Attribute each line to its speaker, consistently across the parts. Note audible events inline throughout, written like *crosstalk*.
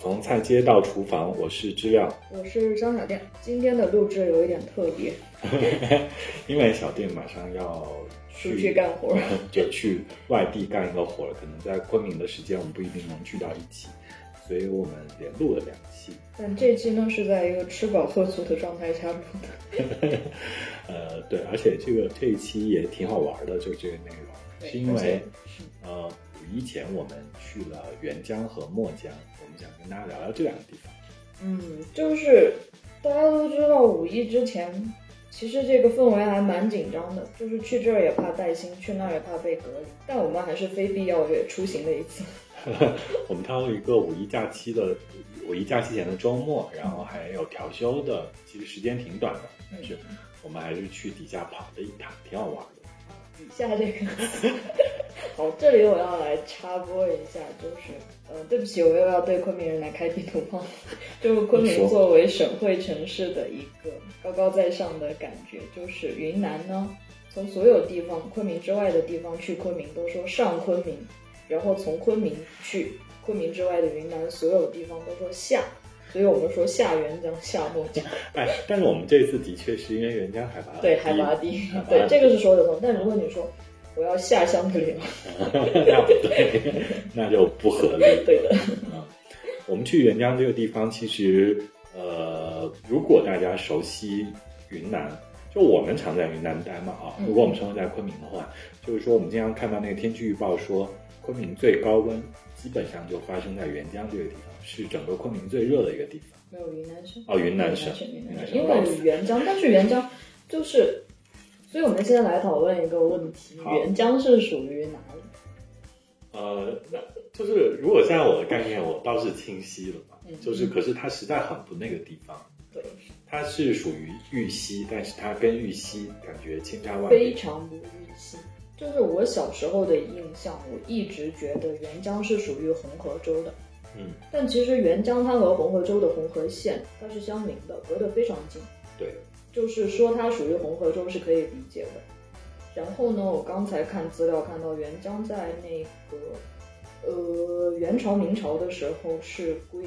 Speaker 1: 从菜街到厨房，我是知亮，
Speaker 2: 我是张小店。今天的录制有一点特别，
Speaker 1: *laughs* 因为小店马上要
Speaker 2: 出去干活，
Speaker 1: *laughs* 就去外地干一个活了，可能在昆明的时间我们不一定能聚到一起，所以我们连录了两期。 *laughs*
Speaker 2: 但这期呢是在一个吃饱喝足的状态下录的。
Speaker 1: 呃，对，而且这个这一期也挺好玩的，就这个内容，
Speaker 2: 对
Speaker 1: 是因
Speaker 2: 而
Speaker 1: 为
Speaker 2: 且
Speaker 1: 呃，五一前我们去了沅江和墨江，我们想跟大家聊聊这两个地方。
Speaker 2: 嗯，就是大家都知道五一之前，其实这个氛围还蛮紧张的，就是去这儿也怕带薪，去那儿也怕被隔离。但我们还是非必要也出行了一次。
Speaker 1: 我们挑了一个五一假期的五一假期前的周末，然后还有调休的，其实时间挺短的，
Speaker 2: 嗯
Speaker 1: 但是我们还是去底下跑了一趟，挺好玩的。
Speaker 2: 以下这个， *laughs* 好，这里我要来插播一下，就是，呃，对不起，我又要对昆明人来开地图炮， *laughs* 就是昆
Speaker 1: 你说
Speaker 2: 明作为省会城市的一个高高在上的感觉，就是云南呢，从所有地方，昆明之外的地方去昆明都说上昆明，然后从昆明去昆明之外的云南所有地方都说下，所以我们说下沅江、下墨江。
Speaker 1: 哎，但是我们这次的确是因为沅江海拔
Speaker 2: 对海拔
Speaker 1: 低，
Speaker 2: 低
Speaker 1: *laughs* 海拔，
Speaker 2: 对
Speaker 1: 低
Speaker 2: 这个是说得通。但如果你说我要下乡的流，
Speaker 1: 那不对， *laughs* 那就不合理。
Speaker 2: *laughs* 对的，
Speaker 1: 嗯，我们去沅江这个地方，其实呃，如果大家熟悉云南，就我们常在云南待嘛啊，
Speaker 2: 嗯
Speaker 1: 如果我们生活在昆明的话，就是说我们经常看到那个天气预报说，昆明最高温基本上就发生在沅江这个地方，是整个昆明最热的一个地方。
Speaker 2: 没有云南省
Speaker 1: 哦云南省
Speaker 2: 云
Speaker 1: 云
Speaker 2: 南
Speaker 1: 南
Speaker 2: 省，
Speaker 1: 省
Speaker 2: 因为
Speaker 1: 不好
Speaker 2: 有
Speaker 1: 意思
Speaker 2: 沅江，但是沅江就是，所以我们现在来讨论一个问题：
Speaker 1: 好
Speaker 2: 沅江是属于哪里？
Speaker 1: 呃，那就是如果现在我的概念，我倒是清晰了嘛，
Speaker 2: 嗯
Speaker 1: 就是可是它实在很不那个地方。
Speaker 2: 对，
Speaker 1: 它是属于玉溪，但是它跟玉溪感觉千差万
Speaker 2: 非
Speaker 1: 别。
Speaker 2: 常不预期。就是我小时候的印象，我一直觉得沅江是属于红河州的，
Speaker 1: 嗯，
Speaker 2: 但其实沅江它和红河州的红河县它是相邻的，隔得非常近。
Speaker 1: 对，
Speaker 2: 就是说它属于红河州是可以理解的。然后呢，我刚才看资料看到沅江在那个呃元朝明朝的时候是归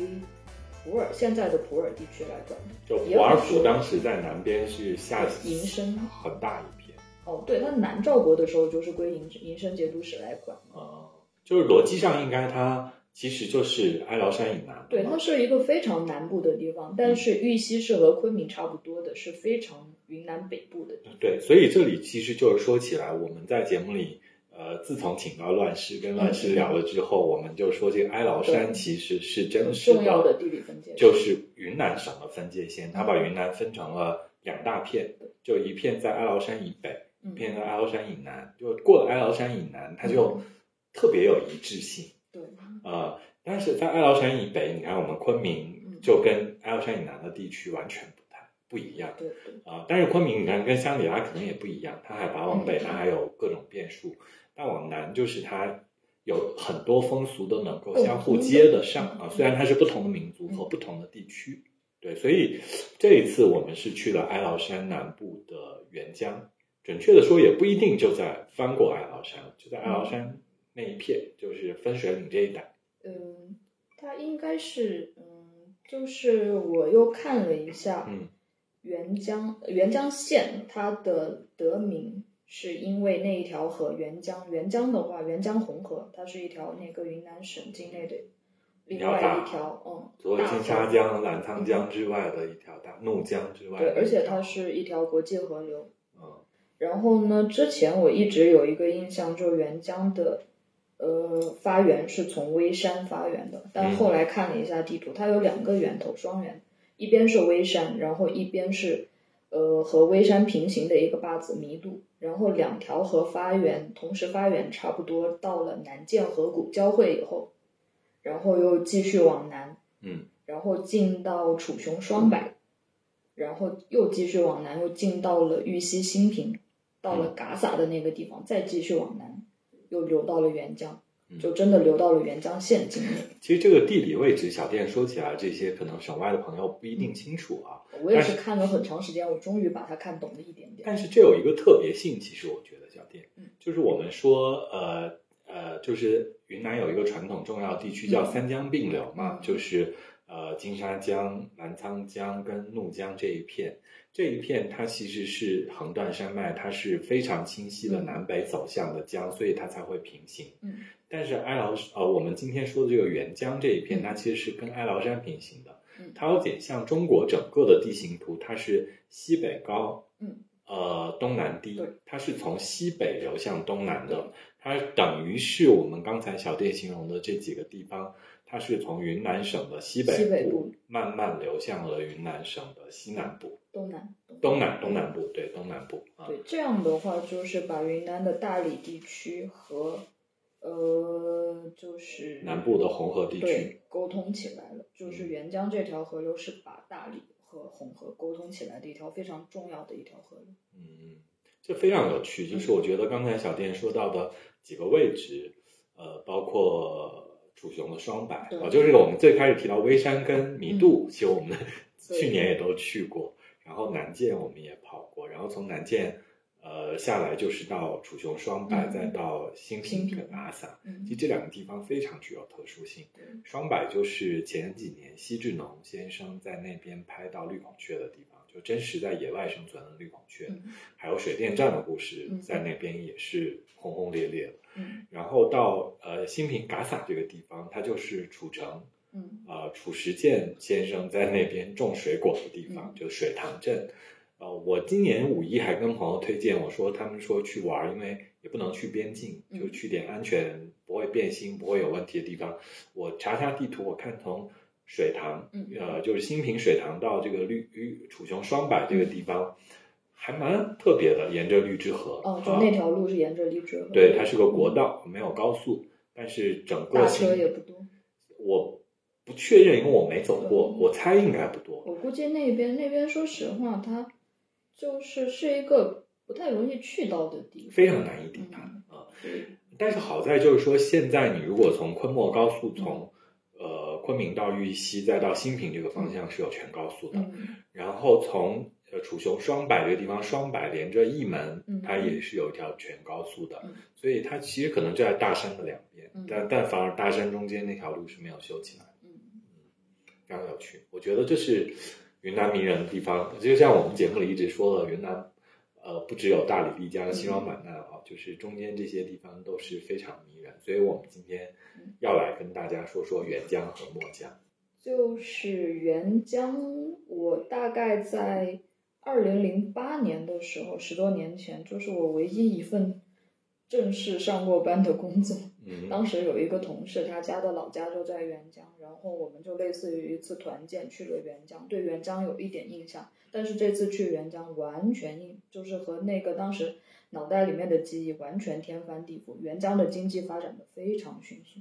Speaker 2: 普洱现在的普洱地区来管的，
Speaker 1: 就普洱府当时在南边是下
Speaker 2: 银生
Speaker 1: 很大一片，
Speaker 2: 哦，对，它南诏国的时候就是归银银生节度使来管。
Speaker 1: 呃，就是逻辑上应该它其实就是哀牢山以南嘛，
Speaker 2: 对，它是一个非常南部的地方，但是玉溪是和昆明差不多的，是非常云南北部的地方。
Speaker 1: 对，所以这里其实就是说起来，我们在节目里，呃，自从请到乱世跟乱世聊了之后，我们就说这个哀牢山
Speaker 2: 嗯对
Speaker 1: 其实是真
Speaker 2: 很
Speaker 1: 实
Speaker 2: 重要的地理分界线
Speaker 1: 嗯就是云南省的分界线，它把云南分成了两大片，就一片在哀牢山以北，一
Speaker 2: 嗯，
Speaker 1: 片在哀牢山以南。就过了哀牢山以南，它就特别有一致性。
Speaker 2: 对，
Speaker 1: 呃，但是在哀牢山以北，你看我们昆明
Speaker 2: 嗯
Speaker 1: 就跟哀牢山以南的地区完全不太不一样
Speaker 2: 对对。
Speaker 1: 啊、但是昆明你看跟香里拉可能也不一样，它海拔往北，
Speaker 2: 嗯
Speaker 1: 它还有各种变数；但往南就是它有很多风俗都能够相互接得上啊、
Speaker 2: 嗯
Speaker 1: 虽然它是不同的民族和不同的地区，对，所以这一次我们是去了哀牢山南部的沅江，准确的说也不一定就在翻过哀牢山，就在哀牢山那一片，就是分水岭这一带。
Speaker 2: 嗯，它应该是嗯，就是我又看了一下，
Speaker 1: 嗯，
Speaker 2: 沅江沅江县它的得名是因为那一条河沅江，沅江的话，沅江红河，它是一条那个云南省境内的另
Speaker 1: 条
Speaker 2: 外
Speaker 1: 大
Speaker 2: 一条，嗯，
Speaker 1: 除了
Speaker 2: 大
Speaker 1: 金
Speaker 2: 河嗯
Speaker 1: 沙江、澜沧江之外的一条大怒江之外的一条，
Speaker 2: 对，而且它是一条国际河流。
Speaker 1: 嗯
Speaker 2: 然后呢，之前我一直有一个印象，就是沅江的，呃，发源是从微山发源的，但后来看了一下地图，它有两个源头，双源，一边是微山，然后一边是，呃，和微山平行的一个坝子弥渡，然后两条河发源同时发源，差不多到了南涧河谷交汇以后，然后又继续往南，
Speaker 1: 嗯，
Speaker 2: 然后进到楚雄双柏，然后又继续往南，又进到了玉溪新平，到了嘎萨的那个地方，再继续往南，又流到了沅江，
Speaker 1: 嗯
Speaker 2: 就真的流到了沅江县境内。
Speaker 1: 其实这个地理位置，小店说起来，这些可能省外的朋友不一定清楚啊。
Speaker 2: 我也是看了很长时间，我终于把它看懂了一点点。
Speaker 1: 但是这有一个特别性，其实我觉得小店
Speaker 2: 嗯，
Speaker 1: 就是我们说，呃呃，就是云南有一个传统重要地区叫三江并流嘛，就是呃金沙江、澜沧江跟怒江这一片，这一片它其实是横断山脉，它是非常清晰的南北走向的江，所以它才会平行。
Speaker 2: 嗯，
Speaker 1: 但是哀牢呃我们今天说的这个沅江这一片，它其实是跟哀牢山平行的
Speaker 2: 嗯，
Speaker 1: 它有点像中国整个的地形图，它是西北高，
Speaker 2: 嗯，
Speaker 1: 呃东南低
Speaker 2: 对，
Speaker 1: 它是从西北流向东南的。它等于是我们刚才小店形容的这几个地方，它是从云南省的西
Speaker 2: 西
Speaker 1: 北
Speaker 2: 北
Speaker 1: 部
Speaker 2: 部
Speaker 1: 慢慢流向了云南省的西南部、
Speaker 2: 东南。
Speaker 1: 东南东南部，对东南部啊，
Speaker 2: 对，这样的话就是把云南的大理地区和呃，就是
Speaker 1: 南部的红河地区。
Speaker 2: 对沟通起来了。就是
Speaker 1: 嗯
Speaker 2: 沅江这条河流是把大理和红河沟通起来的一条非常重要的一条河流。
Speaker 1: 嗯，这非常有趣。就是我觉得刚才小店说到的几个位置，呃，包括楚雄的双百，
Speaker 2: 对嗯
Speaker 1: 啊，就是我们最开始提到微山跟弥渡，其实我们 *laughs*
Speaker 2: 对
Speaker 1: 去年也都去过，然后南涧我们也跑过，然后从南涧。呃，下来就是到楚雄双百，
Speaker 2: 嗯
Speaker 1: 再到新平
Speaker 2: 新平
Speaker 1: 跟拉萨，
Speaker 2: 嗯
Speaker 1: 其实这两个地方非常具有特殊性。
Speaker 2: 对
Speaker 1: 双百就是前几年西志农先生在那边拍到绿孔雀的地方，就真实在野外生存的绿孔雀。
Speaker 2: 嗯
Speaker 1: 还有水电站的故事，
Speaker 2: 嗯
Speaker 1: 在那边也是轰轰烈烈的。
Speaker 2: 嗯
Speaker 1: 然后到呃新平嘎萨这个地方，它就是楚城
Speaker 2: 嗯
Speaker 1: 呃楚石建先生在那边种水果的地方，
Speaker 2: 嗯
Speaker 1: 就是水塘镇。呃，我今年五一还跟朋友推荐，我说他们说去玩儿，因为也不能去边境，
Speaker 2: 嗯
Speaker 1: 就去点安全不会变心、不会有问题的地方。我查查地图，我看从水塘，
Speaker 2: 嗯
Speaker 1: 呃，就是新平水塘到这个绿绿楚雄双柏
Speaker 2: 嗯
Speaker 1: 这个地方，还蛮特别的，沿着绿之河。
Speaker 2: 哦，就
Speaker 1: 啊
Speaker 2: 那条路是沿着荔枝河的。
Speaker 1: 对，它是个国道，没有高速，但是整个
Speaker 2: 嗯大
Speaker 1: 行
Speaker 2: 车也不多。
Speaker 1: 我不确认，因为我没走过，
Speaker 2: 嗯
Speaker 1: 我猜应该不多。
Speaker 2: 我估计那边那边，说实话，它就是是一个不太容易去到的地方，
Speaker 1: 非常难以抵达
Speaker 2: 嗯
Speaker 1: 啊！
Speaker 2: 对
Speaker 1: 但是好在就是说，现在你如果从昆莫高速
Speaker 2: 嗯
Speaker 1: 从呃昆明到玉溪，再到新平这个方向是有全高速的，
Speaker 2: 嗯
Speaker 1: 然后从呃楚雄双柏这个地方，双柏连着义门，
Speaker 2: 嗯
Speaker 1: 它也是有一条全高速的，
Speaker 2: 嗯
Speaker 1: 所以它其实可能就在大山的两边，
Speaker 2: 嗯
Speaker 1: 但但反而大山中间那条路是没有修起来的。
Speaker 2: 嗯，
Speaker 1: 非常有趣。我觉得这是云南迷人的地方，就像我们节目里一直说的，云南呃不只有大理、丽江、西双版纳啊，就是中间这些地方都是非常迷人。所以我们今天要来跟大家说说沅江和墨江。
Speaker 2: 就是沅江，我大概在二零零八年的时候，十多年前，就是我唯一一份正式上过班的工作，
Speaker 1: 嗯
Speaker 2: 当时有一个同事，他家的老家就在沅江，然后我们就类似于一次团建去了沅江，对沅江有一点印象，但是这次去沅江完全印，就是和那个当时脑袋里面的记忆完全天翻地覆。沅江的经济发展的非常迅速，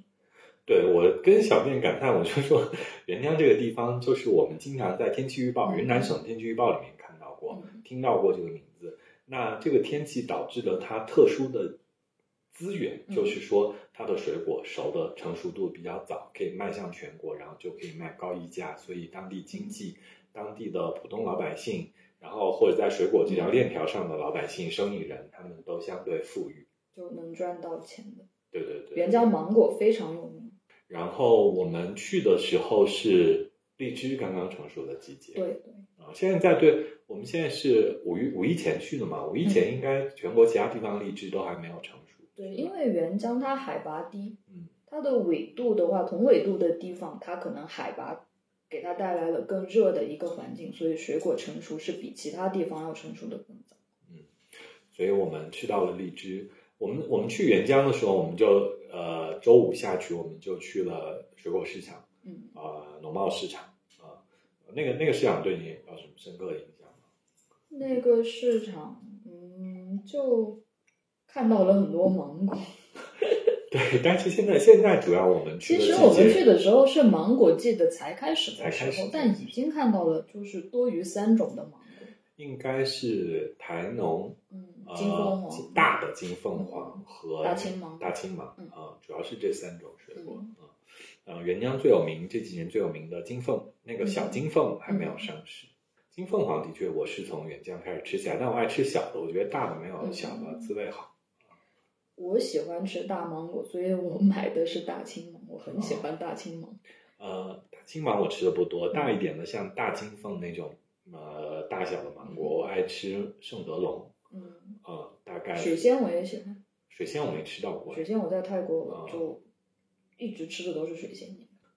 Speaker 1: 对我跟小店感叹，我就说沅江这个地方，就是我们经常在天气预报，
Speaker 2: 嗯
Speaker 1: 云南省天气预报里面看到过，
Speaker 2: 嗯
Speaker 1: 听到过这个名字。那这个天气导致了它特殊的资源，
Speaker 2: 嗯
Speaker 1: 就是说它的水果熟的成熟度比较早，可以卖向全国，然后就可以卖高溢价，所以当地经
Speaker 2: 嗯
Speaker 1: 济、当地的普通老百姓，然后或者在水果
Speaker 2: 嗯
Speaker 1: 这条链条上的老百姓、生意人，他们都相对富裕。
Speaker 2: 就能赚到钱的。
Speaker 1: 对对对，
Speaker 2: 沅江芒果非常有名，
Speaker 1: 然后我们去的时候是荔枝刚刚成熟的季节，
Speaker 2: 对对，
Speaker 1: 啊，现在在对我们现在是五一五一前去的嘛，五一前应该全国其他地方荔枝都还没有成熟，
Speaker 2: 嗯对，因为沅江它海拔低，
Speaker 1: 嗯，
Speaker 2: 它的纬度的话，同纬度的地方，它可能海拔给它带来了更热的一个环境，所以水果成熟是比其他地方要成熟的更早。
Speaker 1: 所以我们吃到了荔枝。我们我们去沅江的时候，我们就呃周五下去，我们就去了水果市场
Speaker 2: 嗯，
Speaker 1: 啊、呃农贸市场啊、那个那个市场对你有什么深刻的影响吗？ *laughs*
Speaker 2: 嗯那个市场，嗯，就看到了很多芒果。
Speaker 1: 对，但是现在现在主要我们去
Speaker 2: 其
Speaker 1: 的季
Speaker 2: 实
Speaker 1: 节，
Speaker 2: 我们去的时候是芒果季的才开始的
Speaker 1: 才开
Speaker 2: 时
Speaker 1: 始
Speaker 2: 候，但已经看到了就是多于三种的芒果。
Speaker 1: 应该是台农
Speaker 2: 嗯，
Speaker 1: 呃
Speaker 2: 金凤凰、
Speaker 1: 大的金凤凰和
Speaker 2: 大青芒
Speaker 1: 大青芒
Speaker 2: 嗯
Speaker 1: 啊，主要是这三种水果
Speaker 2: 嗯
Speaker 1: 啊。呃，沅江最有名这几年最有名的金凤，那
Speaker 2: 嗯
Speaker 1: 个小金凤还没有上市。金凤凰的确，我是从沅江开始吃起来，但我爱吃小的，我觉得大的没有小的滋味好。
Speaker 2: 我喜欢吃大芒果，所以我买的是大青芒，我很
Speaker 1: 啊
Speaker 2: 喜欢大青芒。
Speaker 1: 呃，大青芒我吃的不多，
Speaker 2: 嗯
Speaker 1: 大一点的像大金凤那种呃大小的芒果，我爱吃圣德龙，
Speaker 2: 嗯，
Speaker 1: 呃，大概
Speaker 2: 水仙我也喜欢，
Speaker 1: 水仙我没吃到过，
Speaker 2: 水仙我在泰国
Speaker 1: 啊
Speaker 2: 就一直吃的都是水仙。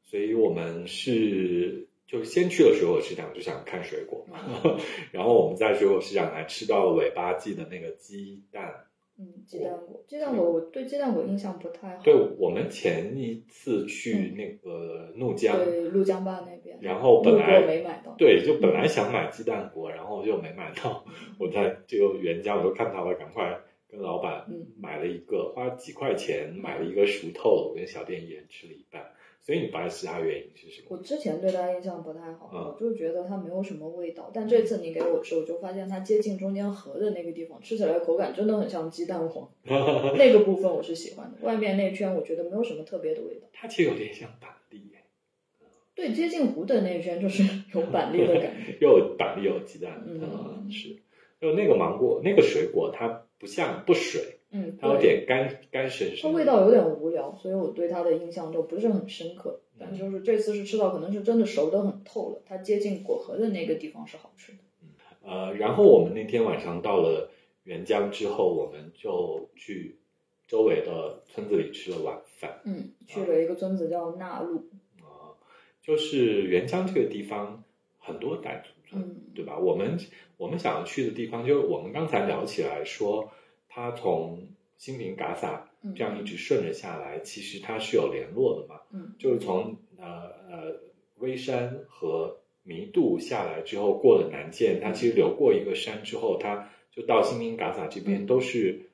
Speaker 1: 所以我们是就先去了水果市场，就想看水果嘛。 *laughs* 然后我们在水果市场还吃到了尾巴季的那个鸡蛋。
Speaker 2: 嗯，鸡蛋果，鸡蛋果，我对鸡蛋果印象不太好。
Speaker 1: 对，我们前一次去那个怒江，
Speaker 2: 对，陆江坝那边，
Speaker 1: 然后本
Speaker 2: 路过没
Speaker 1: 来
Speaker 2: 买到。
Speaker 1: 对，就本来想买鸡蛋果，然后就没买到。 *laughs* 我在这个原价我就看到了，赶快跟老板
Speaker 2: 嗯
Speaker 1: 买了一个，花几块钱买了一个熟透了，我跟小店一人吃了一半。所以你不爱吃它的原因是什
Speaker 2: 我
Speaker 1: 么？
Speaker 2: 之前对它印象不太好，
Speaker 1: 嗯
Speaker 2: 我就觉得它没有什么味道。但这次你给我吃，我就发现它接近中间核的那个地方，吃起来口感真的很像鸡
Speaker 1: *laughs*
Speaker 2: 蛋黄。那个部分我是喜欢的，外面那圈我觉得没有什么特别的味道。
Speaker 1: 它其实有点像啊板栗耶。
Speaker 2: 对，接近湖的那一圈就是 *laughs* 有板栗的感觉。
Speaker 1: 又有板栗又有鸡蛋，
Speaker 2: 嗯
Speaker 1: 是。就那个芒果，那个水果，它不像不水， *laughs*
Speaker 2: 嗯，
Speaker 1: 它有
Speaker 2: 对，
Speaker 1: 点干干生
Speaker 2: 它
Speaker 1: 生。
Speaker 2: 味道有点无聊，所以我对它的印象就不是很深刻。
Speaker 1: 嗯
Speaker 2: 但就是这次是吃到，可能是真的熟得很透了，它接近果核的那个地方是好吃的。
Speaker 1: 呃，然后我们那天晚上到了元江之后，我们就去周围的村子里吃了晚饭。
Speaker 2: 嗯，去了一个村子叫纳路，
Speaker 1: 啊、就是元江这个地方很多傣族村，
Speaker 2: 嗯
Speaker 1: 对吧？我们我们想要去的地方，就是我们刚才聊起来说，它从新平嘎萨
Speaker 2: 嗯，
Speaker 1: 这样一直顺着下来，其实它是有联络的嘛。
Speaker 2: 嗯，
Speaker 1: 就是从呃呃微山和弥渡下来之后，过了南涧，它其实流过一个山之后，它就到新兴嘎萨这边
Speaker 2: 嗯
Speaker 1: 都是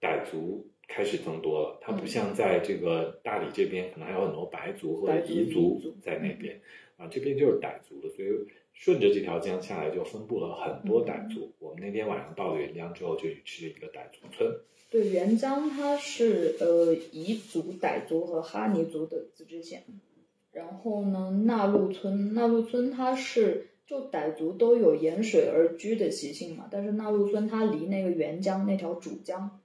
Speaker 1: 傣族开始增多了。它不
Speaker 2: 嗯
Speaker 1: 像在这个大理这边，可能还有很多白族或
Speaker 2: 白
Speaker 1: 者
Speaker 2: 族
Speaker 1: 彝
Speaker 2: 彝
Speaker 1: 族
Speaker 2: 族嗯
Speaker 1: 在那边啊，这边就是傣族了，所以。顺着这条江下来，就分布了很多傣
Speaker 2: 嗯
Speaker 1: 族。我们那天晚上到了元江之后，就去吃了一个傣族村。
Speaker 2: 对，元江它是呃彝族、傣族和哈尼族的自治县，然后呢，纳路村，纳路村它是就傣族都有沿水而居的习性嘛，但是纳路村它离那个元江那条主江，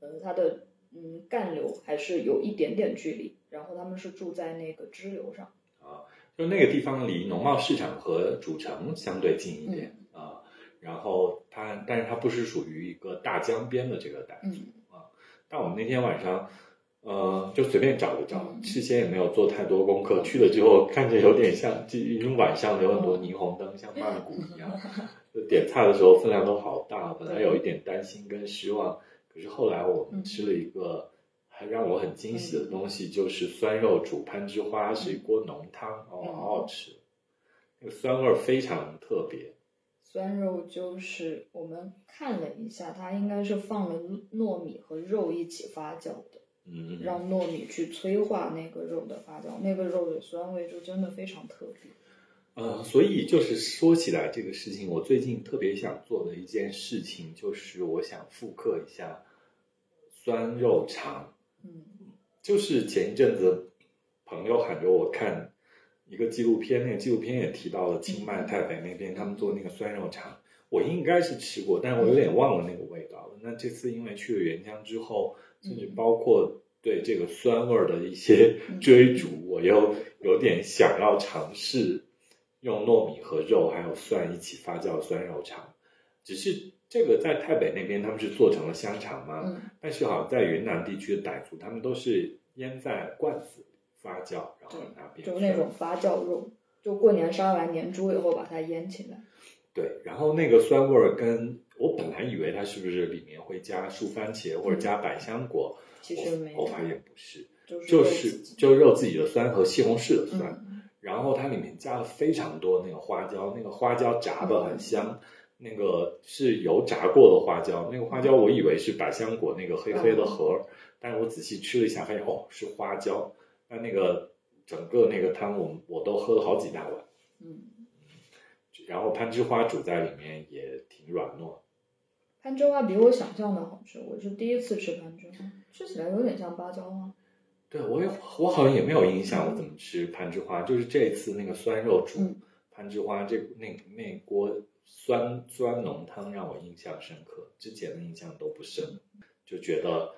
Speaker 2: 呃，它的嗯干流还是有一点点距离，然后他们是住在那个支流上，
Speaker 1: 就那个地方离农贸市场和主城相对近一点啊、然后它，但是它不是属于一个大江边的这个带。
Speaker 2: 嗯
Speaker 1: 但我们那天晚上，呃，就随便找了找，
Speaker 2: 嗯
Speaker 1: 事先也没有做太多功课，去了之后看着有点像，就因为晚上有很多
Speaker 2: 嗯
Speaker 1: 霓虹灯，像曼谷一样。就点菜的时候分量都好大，本来有一点担心跟失望，可是后来我们
Speaker 2: 嗯
Speaker 1: 吃了一个还让我很惊喜的东西，就是酸肉煮攀枝花，是一锅浓汤，哦，
Speaker 2: 嗯
Speaker 1: 好好吃，那个酸味儿非常特别。
Speaker 2: 酸肉就是我们看了一下，它应该是放了糯米和肉一起发酵的。
Speaker 1: 嗯，
Speaker 2: 让糯米去催化那个肉的发酵，那个肉的酸味就真的非常特别。
Speaker 1: 呃，所以就是说起来这个事情，我最近特别想做的一件事情，就是我想复刻一下酸肉肠。
Speaker 2: 嗯
Speaker 1: 就是前一阵子朋友喊着我看一个纪录片，那个纪录片也提到了清迈、泰北那边他们做那个酸肉肠，我应该是吃过，但是我有点忘了那个味道了。那这次因为去了元江之后，甚至包括对这个酸味儿的一些
Speaker 2: 嗯
Speaker 1: 追逐，我又有点想要尝试用糯米和肉还有蒜一起发酵酸肉肠，只是这个在泰北那边他们是做成了香肠嘛，
Speaker 2: 嗯，
Speaker 1: 但是好像在云南地区的傣族，他们都是腌在罐子里发酵，然后拿变
Speaker 2: 就是那种发酵肉，就过年杀完年猪以后把它腌起来。
Speaker 1: 对，然后那个酸味儿跟我本来以为它是不是里面会加树番茄或者加百香果，
Speaker 2: 嗯其实没
Speaker 1: 我
Speaker 2: 有
Speaker 1: 我，发现不是，
Speaker 2: 就
Speaker 1: 就
Speaker 2: 是肉
Speaker 1: 是
Speaker 2: 自己
Speaker 1: 就肉自己的酸和西红柿的酸，
Speaker 2: 嗯，
Speaker 1: 然后它里面加了非常多那个花椒，那个花椒炸的很香。那个是油炸过的花椒，那个花椒我以为是百香果那个黑黑的核，儿，但是我仔细吃了一下，发现哦是花椒。那那个整个那个汤我我都喝了好几大碗，
Speaker 2: 嗯，
Speaker 1: 然后攀枝花煮在里面也挺软糯。
Speaker 2: 攀枝花比我想象的好吃，我是第一次吃攀枝花，吃起来有点像芭蕉花。
Speaker 1: 对我也我好像也没有印象我怎么吃攀枝花，就是这一次那个酸肉煮
Speaker 2: 嗯
Speaker 1: 攀枝花这那那锅酸酸浓汤让我印象深刻，之前的印象都不深，就觉得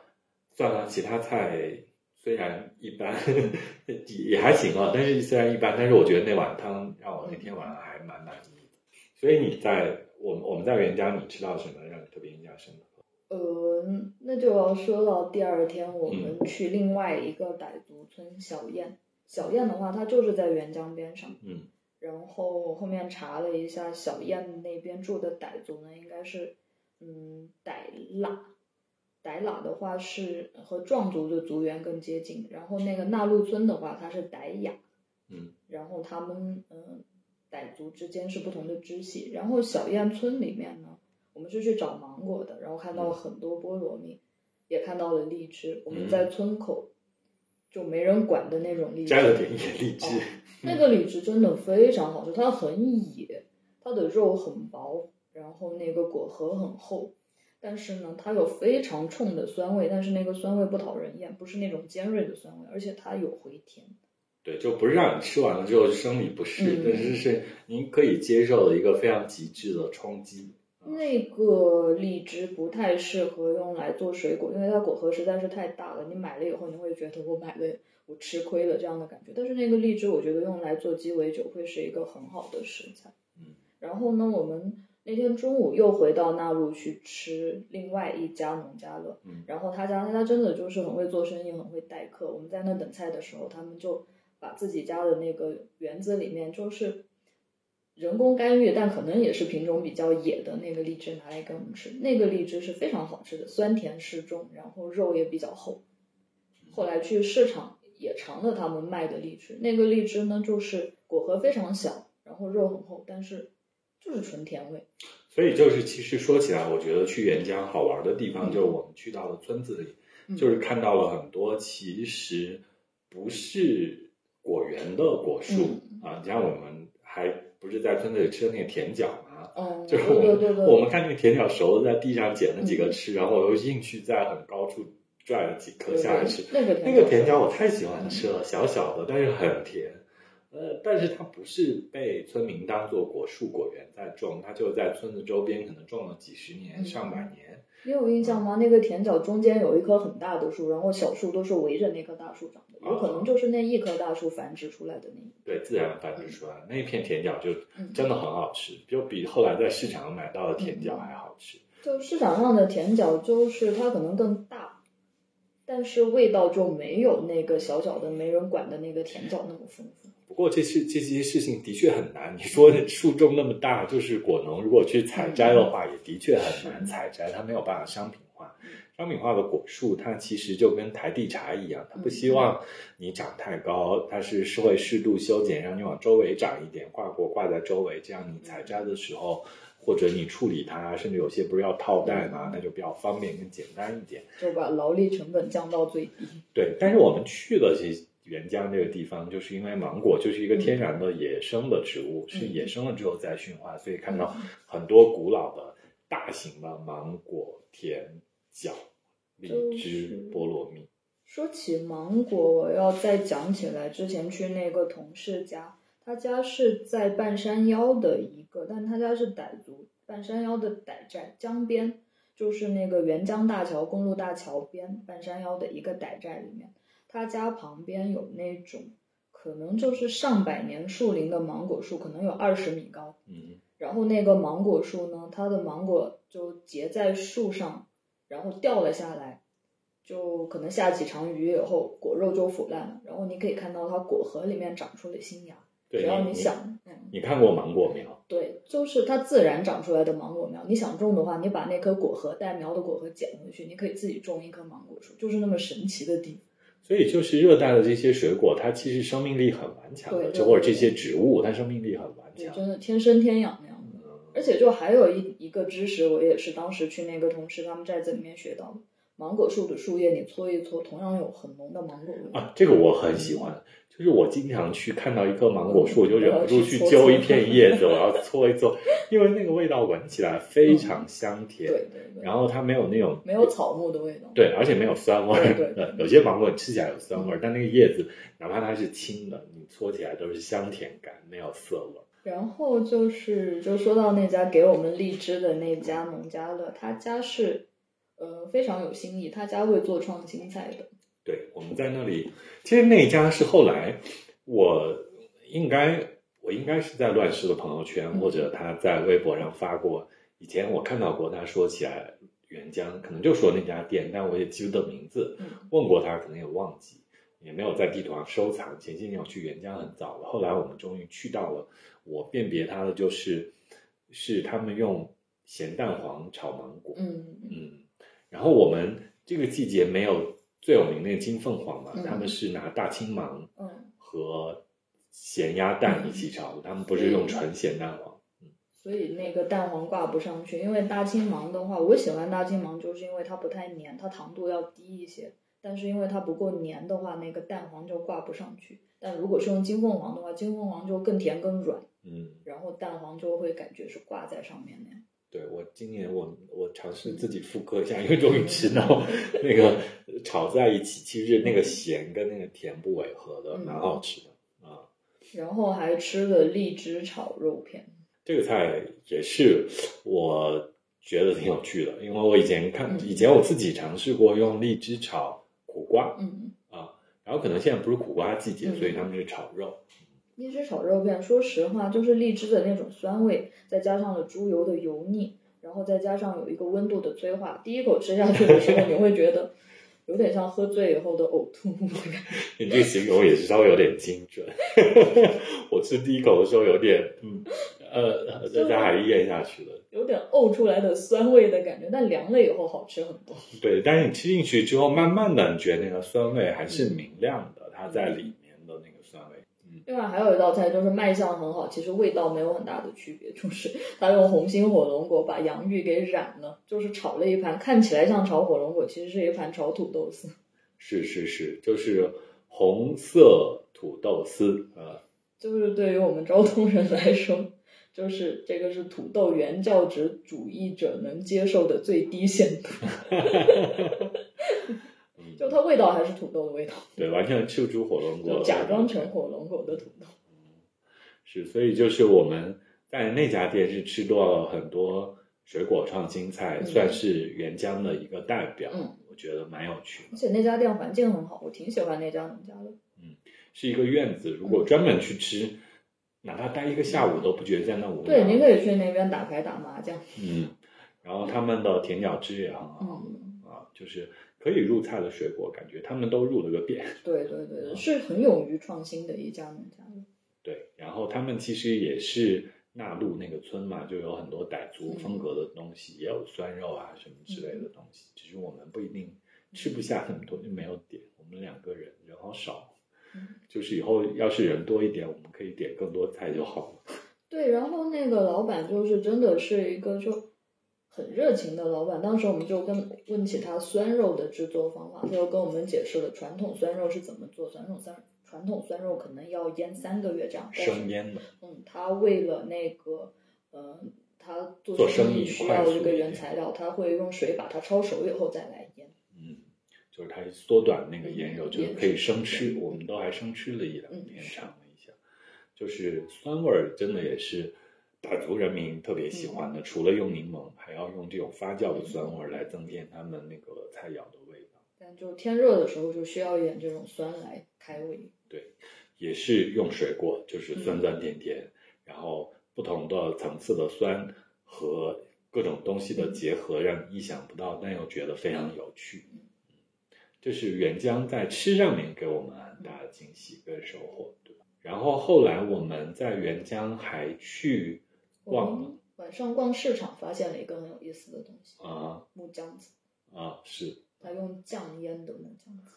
Speaker 1: 算了，其他菜虽然一般， *laughs* 也也还行啊，但是虽然一般，但是我觉得那碗汤让我那天晚上还蛮满意的。所以你在我们我们在袁家，你吃到什么让你特别印象深刻？
Speaker 2: 呃，那就要说到第二天，我们去另外一个傣族村小宴。小宴的话，它就是在沅江边上。
Speaker 1: 嗯。
Speaker 2: 然后后面查了一下，小燕那边住的傣族呢，应该是嗯傣喇。傣喇的话是和壮族的族源更接近，然后那个纳路村的话，它是傣雅。
Speaker 1: 嗯。
Speaker 2: 然后他们嗯傣族之间是不同的支系，然后小燕村里面呢。我们是去找芒果的，然后看到了很多菠萝蜜，也看到了荔枝。我们
Speaker 1: 嗯
Speaker 2: 在村口就没人管的那种荔枝，
Speaker 1: 摘了点野荔枝，
Speaker 2: 哦那个荔枝真的非常好吃，它很野，它的肉很薄，然后那个果核很厚，但是呢，它有非常冲的酸味，但是那个酸味不讨人厌，不是那种尖锐的酸味，而且它有回甜。
Speaker 1: 对，就不是让你吃完了之后生理不适，
Speaker 2: 嗯
Speaker 1: 但是是您可以接受的一个非常极致的冲击。啊
Speaker 2: 那个荔枝不太适合用来做水果，因为它果核实在是太大了。你买了以后，你会觉得我买了我吃亏了这样的感觉。但是那个荔枝，我觉得用来做鸡尾酒会是一个很好的食材。
Speaker 1: 嗯，
Speaker 2: 然后呢，我们那天中午又回到纳入去吃另外一家农家乐，
Speaker 1: 嗯
Speaker 2: 然后他家他家真的就是很会做生意，很会待客。我们在那等菜的时候，他们就把自己家的那个园子里面就是人工干预，但可能也是品种比较野的那个荔枝拿来给我们吃。那个荔枝是非常好吃的，酸甜适中，然后肉也比较厚。后来去市场也尝了他们卖的荔枝，那个荔枝呢就是果核非常小，然后肉很厚，但是就是纯甜味。
Speaker 1: 所以就是，其实说起来，我觉得去沅江好玩的地方，就是我们去到了村子里，
Speaker 2: 嗯
Speaker 1: 就是看到了很多其实不是果园的果树、
Speaker 2: 嗯
Speaker 1: 啊。你像我们还不是在村子里吃的那个甜角嘛，
Speaker 2: 嗯，
Speaker 1: 就是我
Speaker 2: 对
Speaker 1: 们
Speaker 2: 对对对，嗯
Speaker 1: 我们看那个甜角熟了，在地上捡了几个吃，然后我又硬去在很高处拽了几颗
Speaker 2: 对
Speaker 1: 下来吃。
Speaker 2: 对那个
Speaker 1: 那个甜角我太喜欢吃了，小小的但是很甜。呃，但是它不是被村民当做果树果园在种，它就在村子周边可能种了几十年、
Speaker 2: 嗯
Speaker 1: 上百年。
Speaker 2: 你有印象吗？那个田角中间有一棵很大的树，然后小树都是围着那棵大树长的，有可能就是那一棵大树繁殖出来的那一棵。
Speaker 1: 对，自然繁殖出来，那片甜角就
Speaker 2: 嗯
Speaker 1: 真的很好吃，就比后来在市场买到的甜角还好吃。
Speaker 2: 就市场上的田角，就是它可能更大，但是味道就没有那个小小的没人管的那个田角那么丰富。
Speaker 1: 不过这事这些事情的确很难。你说树种那么大，就是果农如果去采摘的话，也的确很难采摘，它没有办法商品化。商品化的果树，它其实就跟台地茶一样，它不希望你长太高，它是是会适度修剪，让你往周围长一点，挂果挂在周围，这样你采摘的时候。或者你处理它，甚至有些不是要套袋嘛，那就比较方便跟简单一点。
Speaker 2: 就把劳力成本降到最低。
Speaker 1: 对，但是我们去了其实沅江这个地方，就是因为芒果就是一个天然的野生的植
Speaker 2: 嗯
Speaker 1: 物，是野生了之后再驯化，所以看到很多古老的大型的芒果、甜角、荔
Speaker 2: 就
Speaker 1: 枝
Speaker 2: 是、
Speaker 1: 菠萝蜜。
Speaker 2: 说起芒果，我要再讲起来。之前去那个同事家，他家是在半山腰的一个，但他家是傣族，半山腰的傣寨江边，就是那个沅江大桥、公路大桥边，半山腰的一个傣寨里面，他家旁边有那种可能就是上百年树龄的芒果树，可能有二十米高，
Speaker 1: 嗯，
Speaker 2: 然后那个芒果树呢，它的芒果就结在树上，然后掉了下来，就可能下几场雨以后，果肉就腐烂了。然后你可以看到它果核里面长出了新芽，
Speaker 1: 对，
Speaker 2: 只要
Speaker 1: 你
Speaker 2: 你，想，嗯，
Speaker 1: 你看过芒果没有？
Speaker 2: 对，就是它自然长出来的芒果苗。你想种的话，你把那棵果核带苗的果核捡回去，你可以自己种一棵芒果树，就是那么神奇的地
Speaker 1: 所以就是热带的这些水果，它其实生命力很顽强的，
Speaker 2: 对对
Speaker 1: 就或者
Speaker 2: 对
Speaker 1: 这些植物，它生命力很顽
Speaker 2: 方，
Speaker 1: 强。
Speaker 2: 真的天生天养那样的。
Speaker 1: 嗯
Speaker 2: 而且就还有一一个知识，我也是当时去那个同事他们寨子里面学到的。芒果树的树叶你搓一搓，同样有很浓的芒果味。
Speaker 1: *laughs* 啊，这个我很喜欢。就是我经常去看到一棵芒果树，我就忍不住去揪一片叶子，我要搓一搓，因为那个味道闻起来非常香甜，
Speaker 2: 嗯对对对，
Speaker 1: 然后它没有那种
Speaker 2: 没有草木的味道。
Speaker 1: 对，而且没有酸味儿。
Speaker 2: 对对对嗯
Speaker 1: 呃 *laughs* 有些芒果你吃起来有酸味儿，但那个叶子哪怕它是青的，你搓起来都是香甜感，没有涩味儿。
Speaker 2: 然后就是，就说到那家给我们荔枝的那家农家乐，他家是呃非常有新意，他家会做创新菜的。
Speaker 1: 对，我们在那里，其实那家是后来我应该我应该是在乱世的朋友圈、
Speaker 2: 嗯
Speaker 1: 或者他在微博上发过，以前我看到过他说起来原浆，可能就说那家店，但我也记不得名字，
Speaker 2: 嗯
Speaker 1: 问过他可能也忘记，也没有在地图上收藏。前些年我去原浆很早了，后来我们终于去到了，我辨别它的就是是他们用咸蛋黄炒芒果，
Speaker 2: 嗯
Speaker 1: 嗯，然后我们这个季节没有最有名的金凤凰嘛，
Speaker 2: 嗯
Speaker 1: 他们是拿大青芒
Speaker 2: 嗯，
Speaker 1: 和咸鸭蛋一起炒，他们不是用纯咸蛋黄。
Speaker 2: 所以那个蛋黄挂不上去，因为大青芒的话，我喜欢大青芒就是因为它不太粘，它糖度要低一些。但是因为它不够粘的话，那个蛋黄就挂不上去。但如果是用金凤凰的话，金凤凰就更甜更软，
Speaker 1: 嗯，
Speaker 2: 然后蛋黄就会感觉是挂在上面那样。
Speaker 1: 对我今年我我尝试自己复刻一
Speaker 2: 嗯
Speaker 1: 下，因为终于吃到那个炒在一起，其实那个咸跟那个甜不违和的，
Speaker 2: 嗯
Speaker 1: 蛮好吃的啊。
Speaker 2: 然后还吃了荔枝炒肉片。
Speaker 1: 这个菜也是我觉得挺有趣的，因为我以前看，
Speaker 2: 嗯
Speaker 1: 以前我自己尝试过用荔枝炒苦瓜，
Speaker 2: 嗯，
Speaker 1: 然后可能现在不是苦瓜季节，
Speaker 2: 嗯
Speaker 1: 所以他们是炒肉。
Speaker 2: 荔枝炒肉片，说实话就是荔枝的那种酸味，再加上了猪油的油腻，然后再加上有一个温度的催化，第一口吃下去的时候，你会觉得有点像喝醉以后的呕吐物。
Speaker 1: 你这个形容也是稍微有点精准。 *laughs* 我吃第一口的时候有点，嗯，呃，
Speaker 2: 就
Speaker 1: 大家还咽下去了。
Speaker 2: 有点呕出来的酸味的感觉，但凉了以后好吃很多。
Speaker 1: 对，但是你吃进去之后，慢慢的你觉得那个酸味还是明亮的，它在
Speaker 2: 嗯
Speaker 1: 里面的那个酸味。
Speaker 2: 另外还有一道菜就是卖相很好，其实味道没有很大的区别，就是他用红心火龙果把洋芋给染了，就是炒了一盘，看起来像炒火龙果，其实是一盘炒土豆丝。
Speaker 1: 是是是，就是红色土豆丝，呃，
Speaker 2: 就是对于我们昭通人来说，就是这个是土豆原教旨主义者能接受的最低限度， *laughs*
Speaker 1: 嗯
Speaker 2: 就它味道还是土豆的味道，
Speaker 1: 对，完全吃不出火龙果
Speaker 2: 就
Speaker 1: 的
Speaker 2: 假装成
Speaker 1: 味道
Speaker 2: 火龙果的土豆。
Speaker 1: 是，所以就是我们在那家店是吃到了很多水果创新菜，
Speaker 2: 嗯
Speaker 1: 算是原浆的一个代表，
Speaker 2: 嗯
Speaker 1: 我觉得蛮有趣
Speaker 2: 而
Speaker 1: 的。
Speaker 2: 且那家店环境很好，我挺喜欢那家农家的。
Speaker 1: 是一个院子，如果专门去吃，哪怕待一个下午都不觉得在那无聊。
Speaker 2: 对，您可以去那边打牌打麻将。
Speaker 1: 嗯，然后他们的甜饺汁也很好、
Speaker 2: 嗯，
Speaker 1: 啊，就是可以入菜的水果，感觉他们都入了个遍。
Speaker 2: 对对对，是很勇于创新的一家农家乐。
Speaker 1: 对，然后他们其实也是纳入那个村嘛，就有很多傣族风格的东西，也有酸肉啊什么之类的东西，只是我们不一定吃不下那么多，就没有点。我们两个人人好少
Speaker 2: 嗯，
Speaker 1: 就是以后要是人多一点，我们可以点更多菜就好了。
Speaker 2: 对，然后那个老板就是真的是一个就很热情的老板。当时我们就跟问起他酸肉的制作方法，他就跟我们解释了传统酸肉是怎么做。传统酸传统酸肉可能要腌三个月这样，但是
Speaker 1: 生腌的，
Speaker 2: 嗯，他为了那个呃，他
Speaker 1: 做
Speaker 2: 做
Speaker 1: 生意
Speaker 2: 需
Speaker 1: 快
Speaker 2: 要
Speaker 1: 速
Speaker 2: 这个
Speaker 1: 一
Speaker 2: 原
Speaker 1: 点
Speaker 2: 材料，他会用水把它焯熟以后再来腌。
Speaker 1: 嗯，就是它缩短那个腌油，就是
Speaker 2: 腌
Speaker 1: 可以
Speaker 2: 制
Speaker 1: 生吃，
Speaker 2: 对
Speaker 1: 我们都还生吃了一两
Speaker 2: 嗯
Speaker 1: 天，
Speaker 2: 是
Speaker 1: 尝了一下，就是酸味儿真的也是傣族人民特别
Speaker 2: 嗯
Speaker 1: 喜欢的，除了用柠檬，还要用这种发酵的酸味儿来增添他们那个菜肴的味道，
Speaker 2: 但就天热的时候，就需要一点这种酸来开胃。
Speaker 1: 也是用水果，就是酸
Speaker 2: 嗯
Speaker 1: 酸甜甜，然后不同的层次的酸和各种东西的结
Speaker 2: 嗯
Speaker 1: 合，让你意想不到，但又觉得非常有趣。这是原浆在吃上面给我们很大的惊喜跟收获，对吧？然后后来我们在原浆还去
Speaker 2: 我
Speaker 1: 逛了
Speaker 2: 们晚上逛市场，发现了一个很有意思的东西
Speaker 1: 啊
Speaker 2: ——木姜子。
Speaker 1: 啊，是
Speaker 2: 他用酱腌的木姜子，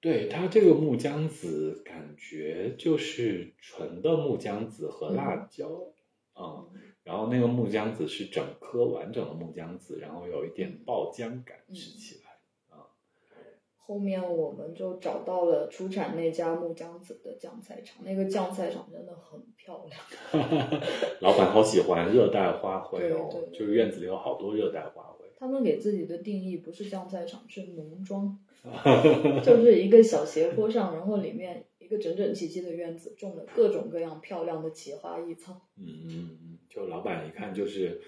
Speaker 1: 对它这个木姜子，感觉就是纯的木姜子和辣椒
Speaker 2: 嗯
Speaker 1: 啊、然后那个木姜子是整颗完整的木姜子，然后有一点爆浆感，
Speaker 2: 嗯
Speaker 1: 吃起来。 *laughs*
Speaker 2: 后面我们就找到了出产那家木姜子的酱菜场，那个酱菜场真的很漂亮。
Speaker 1: 老板好喜欢热带花卉
Speaker 2: 对
Speaker 1: 哦
Speaker 2: 对，对
Speaker 1: 就是院子里有好多热带花卉。
Speaker 2: 他们给自己的定义不是酱菜场，是农庄，就是一个小斜坡上，然后里面一个整整齐齐的院子，种了各种各样漂亮的奇花异草。
Speaker 1: 嗯嗯嗯，就老板一看就是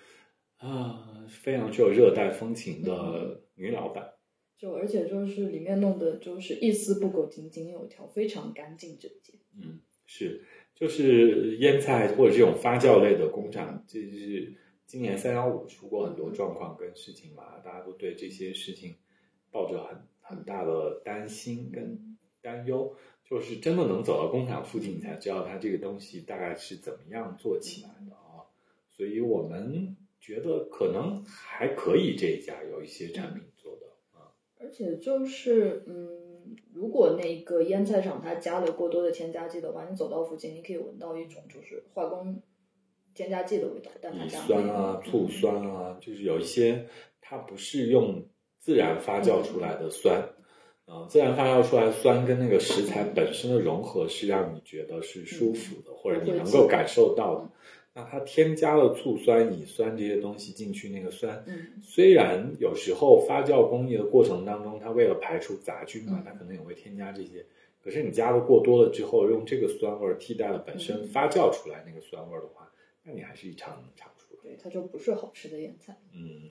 Speaker 1: 啊，非常具有热带风情的女老板，
Speaker 2: 就而且就是里面弄的就是一丝不苟、井井有条，非常干净整洁。
Speaker 1: 嗯，是，就是腌菜或者这种发酵类的工厂，这就是今年三幺五出过很多状况跟事情嘛，大家都对这些事情抱着很很大的担心跟担忧，就是真的能走到工厂附近，你才知道它这个东西大概是怎么样做起来的啊、所以我们觉得可能还可以这一家有一些产品做的啊，
Speaker 2: 而且就是，嗯，如果那个腌菜厂它加了过多的添加剂的话，你走到附近，你可以闻到一种就是化工添加剂的味道，但它
Speaker 1: 乙
Speaker 2: 加
Speaker 1: 酸啊、
Speaker 2: 嗯
Speaker 1: 醋酸啊，就是有一些它不是用自然发酵出来的酸，啊、自然发酵出来的酸跟那个食材本身的融合是让你觉得是舒服的，或者你能够感受到的。那它添加了醋酸、乙酸这些东西进去，那个酸
Speaker 2: 嗯，
Speaker 1: 虽然有时候发酵工艺的过程当中，它为了排除杂菌嘛
Speaker 2: 嗯，
Speaker 1: 它可能也会添加这些。可是你加的过多了之后，用这个酸味儿替代了本身
Speaker 2: 嗯
Speaker 1: 发酵出来那个酸味儿的话，那你还是一尝能尝出来。
Speaker 2: 对，它就不是好吃的腌菜。
Speaker 1: 嗯，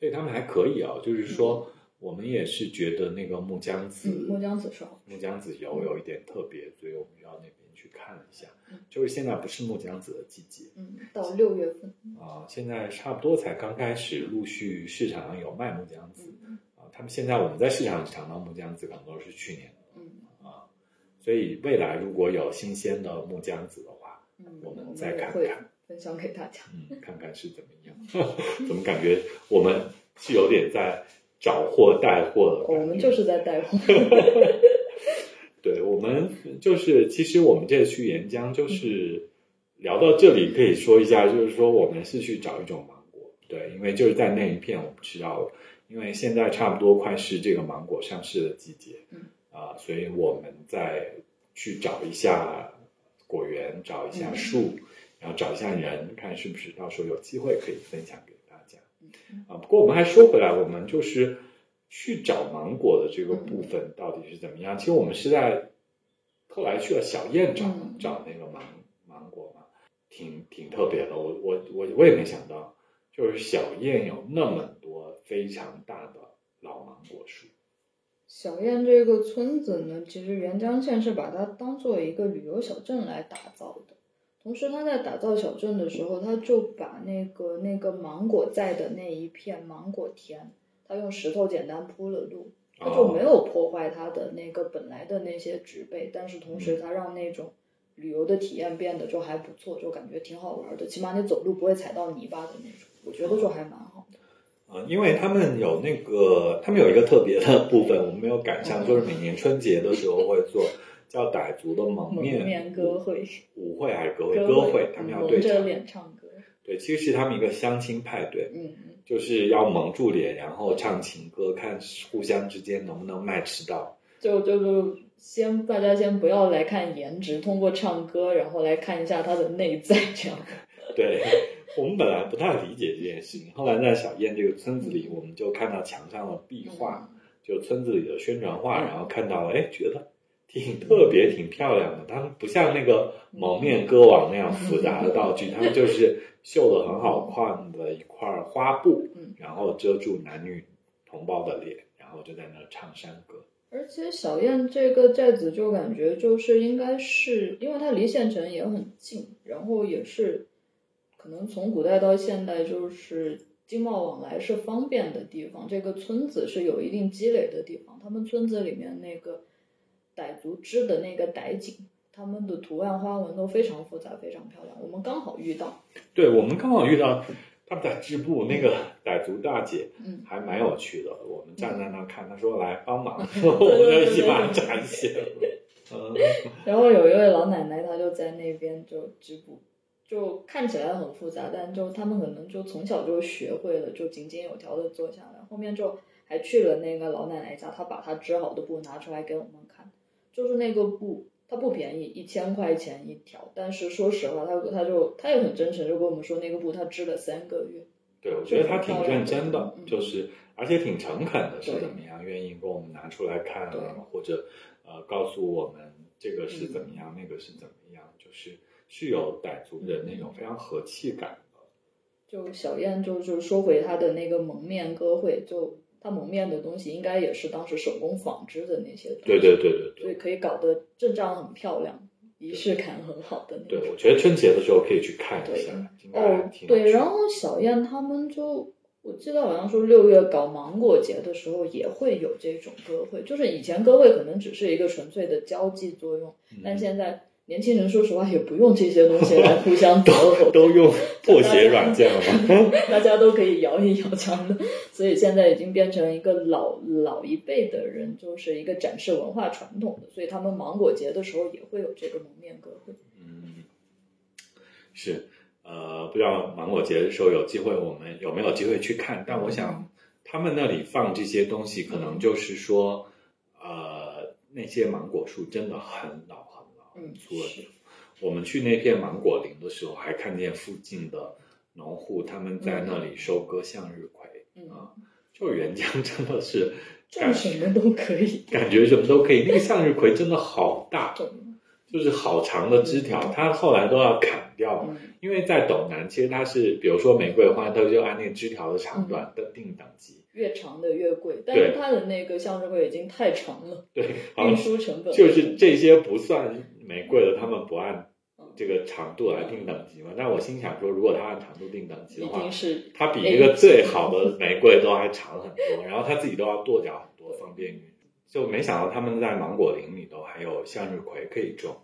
Speaker 1: 所以他们还可以啊，就是说我们也是觉得那个木姜子，
Speaker 2: 嗯，木姜子是好，
Speaker 1: 木姜子油有一点特别，所以我们要那边去看了一下
Speaker 2: 嗯。
Speaker 1: 就是现在不是木姜子的季节，
Speaker 2: 嗯，到六月份，
Speaker 1: 啊，现在差不多才刚开始陆续市场上有卖木姜子
Speaker 2: 嗯
Speaker 1: 啊，他们现在我们在市场尝到木姜子可能都是去年的，
Speaker 2: 嗯
Speaker 1: 所以未来如果有新鲜的木姜子的话，
Speaker 2: 嗯，
Speaker 1: 我
Speaker 2: 我
Speaker 1: 们
Speaker 2: 们
Speaker 1: 再
Speaker 2: 也
Speaker 1: 看
Speaker 2: 会
Speaker 1: 看
Speaker 2: 分享给大家。
Speaker 1: 嗯，看看是怎么样， *laughs* 怎么感觉我们是有点在找货带货的
Speaker 2: 哦
Speaker 1: 感觉，
Speaker 2: 我们就是在
Speaker 1: *laughs*
Speaker 2: 带货，
Speaker 1: 对，我们就是其实我们这次去沿江就是聊到这里，可以说一下，就是说我们是去找一种芒果，对，因为就是在那一片我们吃到了，因为现在差不多快是这个芒果上市的季节，
Speaker 2: 嗯
Speaker 1: 啊，所以我们再去找一下果园，找一下树，然后找一下人，看是不是到时候有机会可以分享给大家。啊，不过我们还说回来，我们就是去找芒果的这个部分到底是怎么样？其实我们是在后来去了小燕找、
Speaker 2: 嗯
Speaker 1: 找那个芒芒果嘛，挺挺特别的。我我我我也没想到，就是小燕有那么多非常大的老芒果树。
Speaker 2: 小燕这个村子呢，其实元江县是把它当做一个旅游小镇来打造的。同时，他在打造小镇的时候，他就把那个那个芒果在的那一片芒果田，他用石头简单铺了路，他就没有破坏它的那个本来的那些植被，但是同时他让那种旅游的体验变得就还不错，就感觉挺好玩的，起码你走路不会踩到泥巴的那种，我觉得就还蛮好的。
Speaker 1: 呃，因为他们有那个，他们有一个特别的部分，我们没有赶
Speaker 2: 嗯
Speaker 1: 上，就是每年春节的时候会做叫傣族的蒙
Speaker 2: 蒙
Speaker 1: 面
Speaker 2: 面歌会，
Speaker 1: 舞会还是歌会
Speaker 2: 歌
Speaker 1: 会，他们要对
Speaker 2: 蒙着
Speaker 1: 唱，
Speaker 2: 脸唱歌，
Speaker 1: 对，其实是他们一个相亲派对，
Speaker 2: 嗯嗯。
Speaker 1: 就是要蒙住脸，然后唱情歌，看互相之间能不能 match 到。
Speaker 2: 就就就先大家先不要来看颜值，通过唱歌，然后来看一下他的内在，这样。
Speaker 1: 对我们本来不太理解这件事情，后来在小燕这个村子里，我们就看到墙上的壁画，就村子里的宣传画，
Speaker 2: 嗯
Speaker 1: 然后看到了，哎，觉得挺特别、挺漂亮的。他们不像那个蒙面歌王那样复杂的道具，他们就是绣了很好看的一块花布
Speaker 2: 嗯，
Speaker 1: 然后遮住男女同胞的脸，然后就在那儿唱山歌。
Speaker 2: 而且小燕这个寨子就感觉就是应该是因为它离县城也很近，然后也是可能从古代到现代就是经贸往来是方便的地方，这个村子是有一定积累的地方。他们村子里面那个傣族织的那个傣锦，他们的图案花纹都非常复杂，非常漂亮。我们刚好遇到，
Speaker 1: 对我们刚好遇到他们在织布，那个傣族大姐
Speaker 2: 嗯，
Speaker 1: 还蛮有趣的。我们站在那儿看，她说来帮忙，
Speaker 2: 嗯
Speaker 1: *laughs* 我们就一起把它展现了。嗯，
Speaker 2: 然后有一位老奶奶，她就在那边就织布，就看起来很复杂，但就他们可能就从小就学会了，就井井有条的做下来。后面就还去了那个老奶奶家，她把她织好的布拿出来给我们看，就是那个布。它不便宜，一千块钱一条。但是说实话，她她就她也很真诚，就跟我们说那个布她织了三个月。
Speaker 1: 对，我觉得他挺认真的，
Speaker 2: 嗯
Speaker 1: 就是而且挺诚恳的，是
Speaker 2: 对
Speaker 1: 怎么样，愿意给我们拿出来看
Speaker 2: 对
Speaker 1: 啊，或者呃告诉我们这个是怎么样，
Speaker 2: 嗯
Speaker 1: 那个是怎么样，就是是有傣族人那种非常和
Speaker 2: 嗯
Speaker 1: 气感的。
Speaker 2: 就小燕就就说回她的那个蒙面歌会，就它蒙面的东西应该也是当时手工纺织的那些东西，
Speaker 1: 对对对对
Speaker 2: 所
Speaker 1: 对
Speaker 2: 以可以搞得阵仗很漂亮，仪式感很好的那种。
Speaker 1: 对，我觉得春节的时候可以去看一下，应该还
Speaker 2: 哦
Speaker 1: 挺，有趣
Speaker 2: 对，
Speaker 1: 的
Speaker 2: 然后小燕他们就，我记得好像说六月搞芒果节的时候也会有这种歌会，就是以前歌会可能只是一个纯粹的交际作用，
Speaker 1: 嗯
Speaker 2: 但现在年轻人说实话也不用这些东西来互相折
Speaker 1: 嗯
Speaker 2: 合，
Speaker 1: *laughs* 都用破鞋软件了吗？
Speaker 2: *laughs* 大家都可以摇一摇这样的，所以现在已经变成一个老老一辈的人，就是一个展示文化传统的，所以他们芒果节的时候也会有这个蒙面歌会。
Speaker 1: 嗯，是， *laughs* 呃，不知道芒果节的时候有机会，我们有没有机会去看？但我想他们那里放这些东西，可能就是说，呃，那些芒果树真的很老很老，
Speaker 2: 嗯
Speaker 1: 很粗了
Speaker 2: 是。
Speaker 1: 我们去那片芒果林的时候，还看见附近的农户他们在那里收割向日葵。啊
Speaker 2: 嗯，
Speaker 1: 就原浆真的是
Speaker 2: 种
Speaker 1: 感
Speaker 2: 什么都可以。
Speaker 1: 感觉什么都可以，那个向日葵真的好大，
Speaker 2: 种
Speaker 1: 就是好长的枝条，它后来都要砍掉，
Speaker 2: 嗯
Speaker 1: 因为在斗南其实它是，比如说玫瑰花，它就按那个枝条的
Speaker 2: 嗯
Speaker 1: 长短的定等级，
Speaker 2: 越长的越贵，但
Speaker 1: 对
Speaker 2: 是它的那个向日葵已经太长了，
Speaker 1: 对，好像
Speaker 2: 运输成本
Speaker 1: 就是这些不算玫瑰的，他们不按
Speaker 2: 嗯
Speaker 1: 这个长度来定等级嘛。但我心想说，如果它按长度定等级
Speaker 2: 已
Speaker 1: 的话
Speaker 2: 经，是
Speaker 1: 啊它比那个最好的玫瑰都还长很多，然后它自己都要跺脚很多，方便运输。就没想到他们在芒果林里头还有向日葵可以种，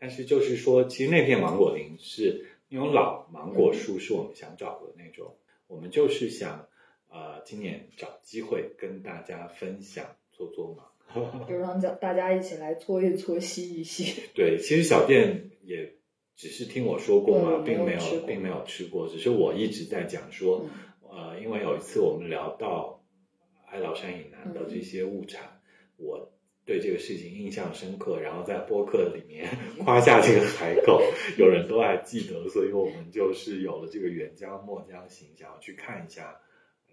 Speaker 1: 但是就是说，其实那片芒果林是那种老芒果树，是我们想找的那种。我们就是想，呃，今年找机会跟大家分享做做嘛。
Speaker 2: 就让大大家一起来搓一搓、吸一吸。
Speaker 1: 对，其实小店也只是听我说过嘛，
Speaker 2: 对
Speaker 1: 并
Speaker 2: 没
Speaker 1: 没
Speaker 2: 有吃
Speaker 1: 有，
Speaker 2: 过
Speaker 1: 并没有吃过，只是我一直在讲说，
Speaker 2: 嗯
Speaker 1: 呃，因为有一次我们聊到哀牢山以南的这些物产，我对这个事情印象深刻，然后在播客里面 *laughs* 夸下这个海口，有人都还记得，所以我们就是有了这个沅江、墨江行，想要去看一下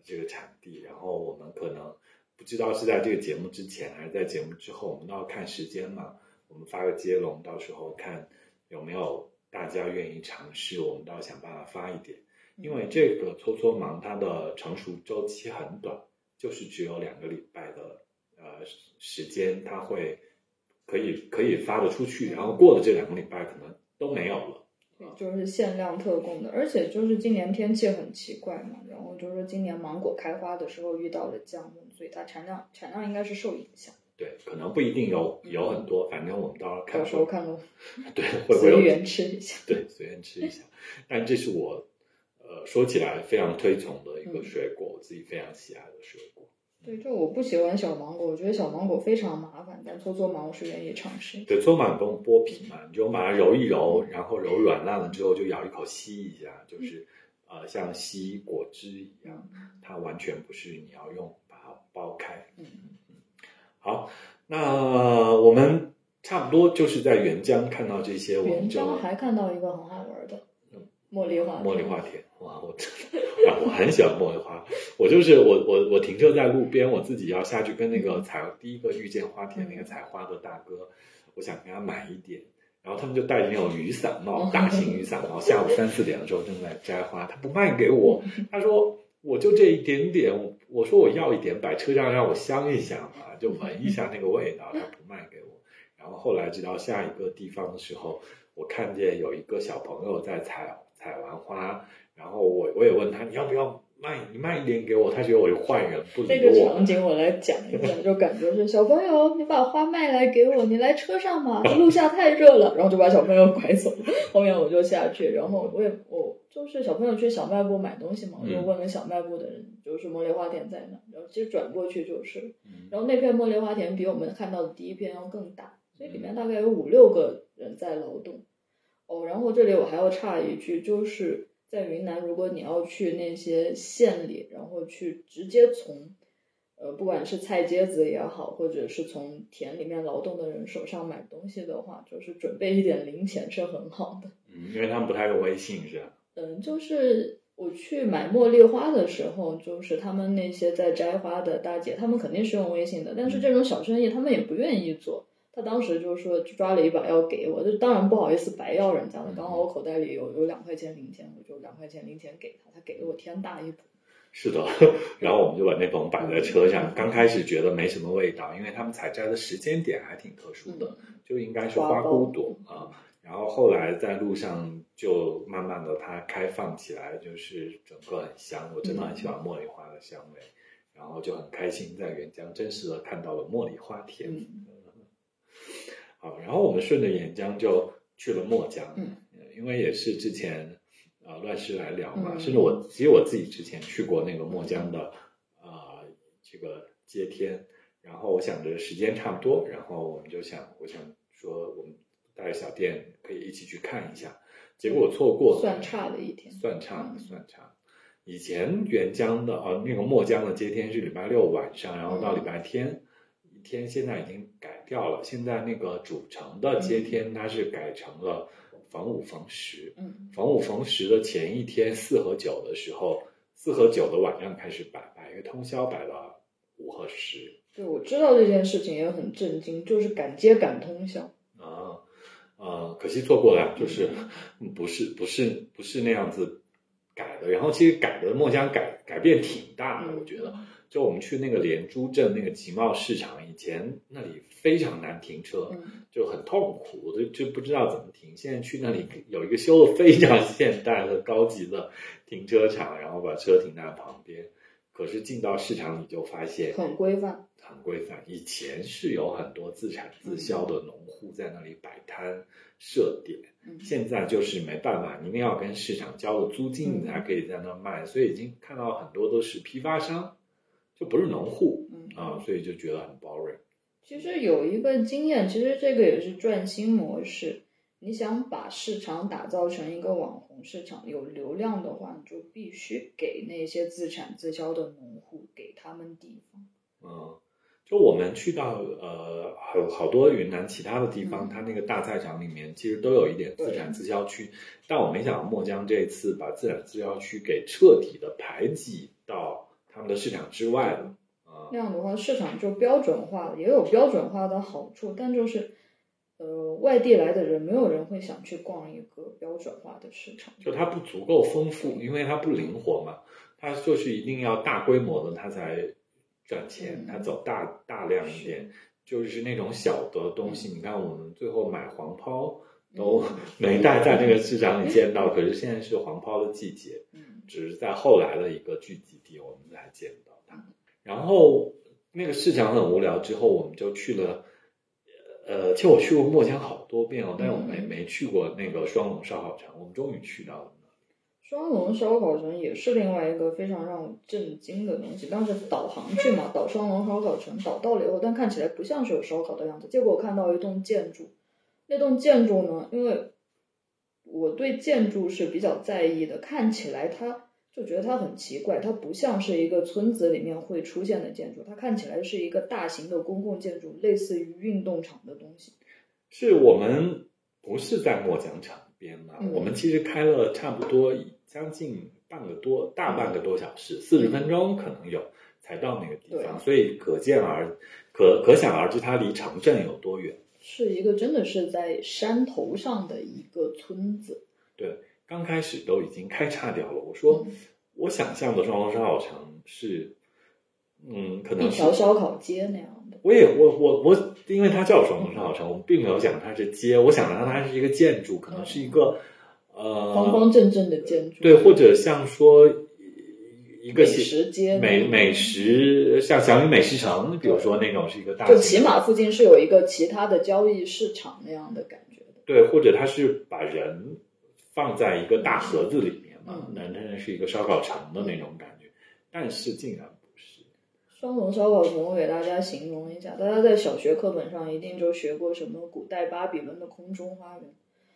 Speaker 1: 这个产地，然后我们可能不知道是在这个节目之前还是在节目之后，我们都要看时间嘛，我们发个接龙，到时候看有没有大家愿意尝试，我们到想办法发一点。因为这个搓搓芒它的成熟周期很短，就是只有两个礼拜的呃时间，它会可以可以发得出去，然后过了这两个礼拜可能都没有了。
Speaker 2: 就是限量特供的，而且就是今年天气很奇怪嘛，然后就是说今年芒果开花的时候遇到了降温，所以它产量产量应该是受影响。
Speaker 1: 对，可能不一定有有很多，反正我们到时候看
Speaker 2: 到时候看咯，
Speaker 1: 对会不会
Speaker 2: 随
Speaker 1: 有
Speaker 2: 缘吃一下。
Speaker 1: 对随便吃一下。但这是我呃说起来非常推崇的一个
Speaker 2: 嗯
Speaker 1: 水果，我自己非常喜爱的水果。
Speaker 2: 对，就我不喜欢小芒果，我觉得小芒果非常麻烦，但搓搓芒我是愿意尝试的。
Speaker 1: 对，搓满不用剥皮嘛，你就把它揉一揉，然后揉软烂了之后就咬一口吸一下，
Speaker 2: 嗯
Speaker 1: 就是呃像吸果汁一样，它完全不是你要用把它剥开。
Speaker 2: 嗯，
Speaker 1: 好，那我们差不多就是在原浆看到这些，我们
Speaker 2: 原
Speaker 1: 就嗯
Speaker 2: 章还看到一个很好玩的，茉莉花。
Speaker 1: 茉莉花田，哇，我真的， *laughs* 哇我很喜欢茉莉花。我就是我我我停车在路边，我自己要下去跟那个采第一个遇见花田那个采花的大哥，我想跟他买一点。然后他们就戴着那种雨伞帽，大型雨伞帽，下午三四点的时候正在摘花，他不卖给我，他说我就这一点点，我我说我要一点，摆车上让我香一下嘛，就闻一下那个味道，他不卖给我。然后后来直到下一个地方的时候，我看见有一个小朋友在采采完花，然后我我也问他你要不要卖你卖一点给我，他觉得我是坏人不理
Speaker 2: 这个
Speaker 1: 我。
Speaker 2: 场景我来讲一下，就感觉是小朋友，你把花卖来给我，你来车上吧，路下太热了，然后就把小朋友拐走了。后面我就下去，然后我也我就是小朋友去小卖部买东西嘛，我就
Speaker 1: 嗯
Speaker 2: 问了小卖部的人，就是茉莉花田在哪，然后其实转过去就是，
Speaker 1: 嗯
Speaker 2: 然后那片茉莉花田比我们看到的第一片要更大，所以里面大概有五六个人在劳动。哦，然后这里我还要插一句，就是在云南，如果你要去那些县里，然后去直接从，呃，不管是菜秸子也好，或者是从田里面劳动的人手上买东西的话，就是准备一点零钱是很好的。
Speaker 1: 嗯，因为他们不太用微信是吧？
Speaker 2: 嗯，就是我去买茉莉花的时候，就是他们那些在摘花的大姐，他们肯定是用微信的，但是
Speaker 1: 嗯
Speaker 2: 这种小生意他们也不愿意做。他当时就说就抓了一把要给我，就当然不好意思白要人家了。刚好我口袋里有有两块钱零钱，我就两块钱零钱给他，他给了我天大一补。
Speaker 1: 是的， *laughs* 然后我们就把那棚摆在车上。刚开始觉得没什么味道，因为他们采摘的时间点还挺特殊的，就应该是花骨朵啊。然后后来在路上就慢慢的它开放起来，就是整个很香，我真的很喜欢茉莉花的香味。然后就很开心在沅江真实的看到了茉莉花田。
Speaker 2: 嗯
Speaker 1: 好，啊然后我们顺着沅江就去了墨江，
Speaker 2: 嗯
Speaker 1: 呃，因为也是之前呃乱世来聊嘛，
Speaker 2: 嗯
Speaker 1: 甚至我其实我自己之前去过那个墨江的呃这个接天，然后我想着时间差不多，然后我们就想我想说我们带着小店可以一起去看一下，结果我错过了，
Speaker 2: 算差的一天
Speaker 1: 算差的
Speaker 2: 嗯
Speaker 1: 算差的。以前沅江的呃那个墨江的接天是礼拜六晚上，然后到礼拜天、一天，现在已经改掉了。现在那个主城的
Speaker 2: 嗯
Speaker 1: 接天，它是改成了逢五逢十。
Speaker 2: 嗯
Speaker 1: 逢五逢十的前一天，四和九的时候，四和九的晚上开始摆，摆一个通宵，摆到五和十。
Speaker 2: 对，我知道这件事情也很震惊，就是赶街赶通宵。
Speaker 1: 啊，呃，可惜错过了，就是 *laughs* 不是不是不是那样子改的。然后其实改的墨江改改变挺大的，
Speaker 2: 嗯
Speaker 1: 啊我觉得。就我们去那个连珠镇那个集贸市场，以前那里非常难停车，
Speaker 2: 嗯
Speaker 1: 就很痛苦，我就就不知道怎么停。现在去那里有一个修的非常现代和高级的停车场，然后把车停在旁边。可是进到市场，你就发现
Speaker 2: 很规范。
Speaker 1: 很规范。以前是有很多自产自销的农户在那里摆摊设点，
Speaker 2: 嗯
Speaker 1: 现在就是没办法，你一定要跟市场交了租金，你才可以在那卖。所以已经看到很多都是批发商，就不是农户
Speaker 2: 嗯
Speaker 1: 啊，所以就觉得很 boring。
Speaker 2: 其实有一个经验，其实这个也是赚新模式。你想把市场打造成一个网红市场，有流量的话，你就必须给那些自产自销的农户给他们地方。
Speaker 1: 嗯，就我们去到呃好好多云南其他的地方，
Speaker 2: 嗯
Speaker 1: 它那个大菜场里面其实都有一点自产自销区，但我没想到墨江这一次把自产自销区给彻底的排挤到他们的市场之外了。啊、
Speaker 2: 那样的话，市场就标准化了，也有标准化的好处，但就是，呃，外地来的人，没有人会想去逛一个标准化的市场。
Speaker 1: 就它不足够丰富，因为它不灵活嘛，它就是一定要大规模的它才赚钱，
Speaker 2: 嗯
Speaker 1: 它走大大量一点，就是那种小的东西。
Speaker 2: 嗯
Speaker 1: 你看我们最后买黄抛都没带在那个市场里见到，可是现在是黄抛的季节，
Speaker 2: 嗯，
Speaker 1: 只是在后来的一个聚集地我们才见到它。然后那个市场很无聊，之后我们就去了。呃，其实我去过墨江好多遍哦，但是我没
Speaker 2: 嗯
Speaker 1: 没去过那个双龙烧烤城，我们终于去到了。
Speaker 2: 双龙烧烤城也是另外一个非常让我震惊的东西。当时导航去嘛，导双龙烧烤城，导到了以后，但看起来不像是有烧烤的样子。结果我看到一栋建筑，那栋建筑呢，因为我对建筑是比较在意的，看起来它就觉得它很奇怪，它不像是一个村子里面会出现的建筑，它看起来是一个大型的公共建筑，类似于运动场的东西。
Speaker 1: 是我们不是在墨江场边嘛？
Speaker 2: 嗯
Speaker 1: 我们其实开了差不多将近半个多大半个多小时，四十分钟可能有才到那个地方，
Speaker 2: 嗯对
Speaker 1: 所以可见而可可想而知它离城镇有多远。
Speaker 2: 是一个真的是在山头上的一个村子，
Speaker 1: 刚开始都已经开岔掉了，我说、
Speaker 2: 嗯
Speaker 1: 我想象的双龙烧烤城是，嗯，可
Speaker 2: 一
Speaker 1: 能是
Speaker 2: 条烧烤街那样的。
Speaker 1: 我也我我我，因为它叫双龙烧烤城，我并没有想它是街，我想让它是一个建筑，可能是一个、呃
Speaker 2: 方方正正的建筑，
Speaker 1: 对，或者像说一一个
Speaker 2: 美
Speaker 1: 写
Speaker 2: 食街
Speaker 1: 美美，食，像小米美食城，比如说那种是一个大型
Speaker 2: 就
Speaker 1: 的，
Speaker 2: 起码附近是有一个其他的交易市场那样的感觉的。
Speaker 1: 对，或者它是把人放在一个大盒子里面嘛，
Speaker 2: 嗯
Speaker 1: 那那是一个烧烤城的那种感觉，但是竟然不是，
Speaker 2: 双龙烧烤城，我给大家形容一下，大家在小学课本上一定就学过什么古代巴比伦的空中花园，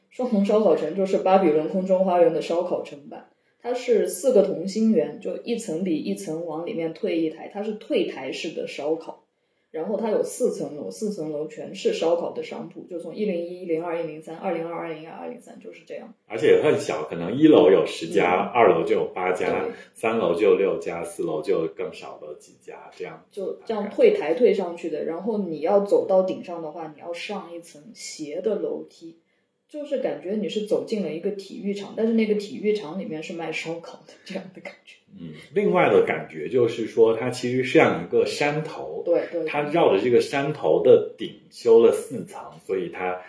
Speaker 2: 双龙烧烤城就是巴比伦空中花园的烧烤城版。它是四个同心圆，就一层比一层往里面退一台，它是退台式的烧烤。然后它有四层楼，四层楼全是烧烤的商铺，就从一零一、一零二、一零三、二零二、二零二、二零三，就是这样。
Speaker 1: 而且很小，可能一楼有十家，
Speaker 2: 嗯
Speaker 1: 二楼就有八家
Speaker 2: 对，
Speaker 1: 三楼就有六家，四楼就更少了几家，这样
Speaker 2: 就这样退台退上去的。然后你要走到顶上的话，你要上一层斜的楼梯，就是感觉你是走进了一个体育场，但是那个体育场里面是卖烧烤的这样的感觉。
Speaker 1: 嗯，另外的感觉就是说，它其实像一个山头，
Speaker 2: 对对，
Speaker 1: 它绕着这个山头的顶修了四层，所以它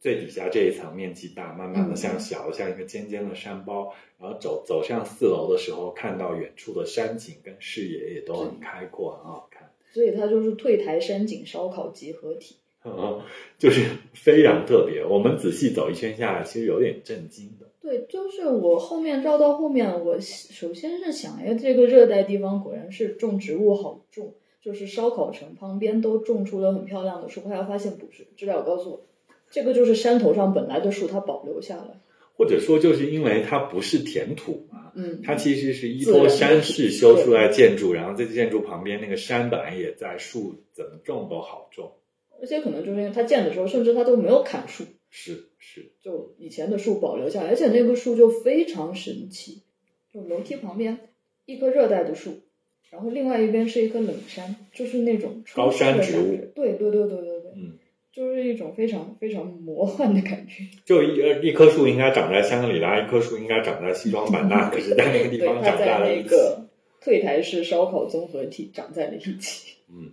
Speaker 1: 最底下这一层面积大，慢慢的向小，像一个尖尖的山包。然后走走上四楼的时候，看到远处的山景跟视野也都很开阔，很好看。 *laughs*
Speaker 2: 所以它就是退台山景烧烤集合体。
Speaker 1: 嗯，就是非常特别。我们仔细走一圈下来，其实有点震惊的。
Speaker 2: 对，就是我后面绕到后面，我首先是想，哎，这个热带地方果然是种植物好种，就是烧烤城旁边都种出了很漂亮的树。后来发现不是，资料告诉我，这个就是山头上本来的树，它保留下来。
Speaker 1: 或者说，就是因为它不是填土嘛，
Speaker 2: 嗯，
Speaker 1: 它其实是依托山势修出来建筑，然后在建筑旁边那个山本来也在，树怎么种都好种。
Speaker 2: 而且可能就是因为它建的时候，甚至它都没有砍树，
Speaker 1: 是是，
Speaker 2: 就以前的树保留下来，而且那个树就非常神奇，就楼梯旁边一棵热带的树，然后另外一边是一棵冷杉，就是那种
Speaker 1: 高山植物，
Speaker 2: 对对对对对对，
Speaker 1: 嗯，
Speaker 2: 就是一种非常非常魔幻的感觉。
Speaker 1: 就一呃一棵树应该长在香格里拉，一棵树应该长在西双版
Speaker 2: *laughs*
Speaker 1: 纳，可是在那个地
Speaker 2: 对，
Speaker 1: 方
Speaker 2: 它
Speaker 1: 长
Speaker 2: 在
Speaker 1: 在了
Speaker 2: 那
Speaker 1: 一起。
Speaker 2: 个退台式烧烤综合体长在了一起。
Speaker 1: 嗯，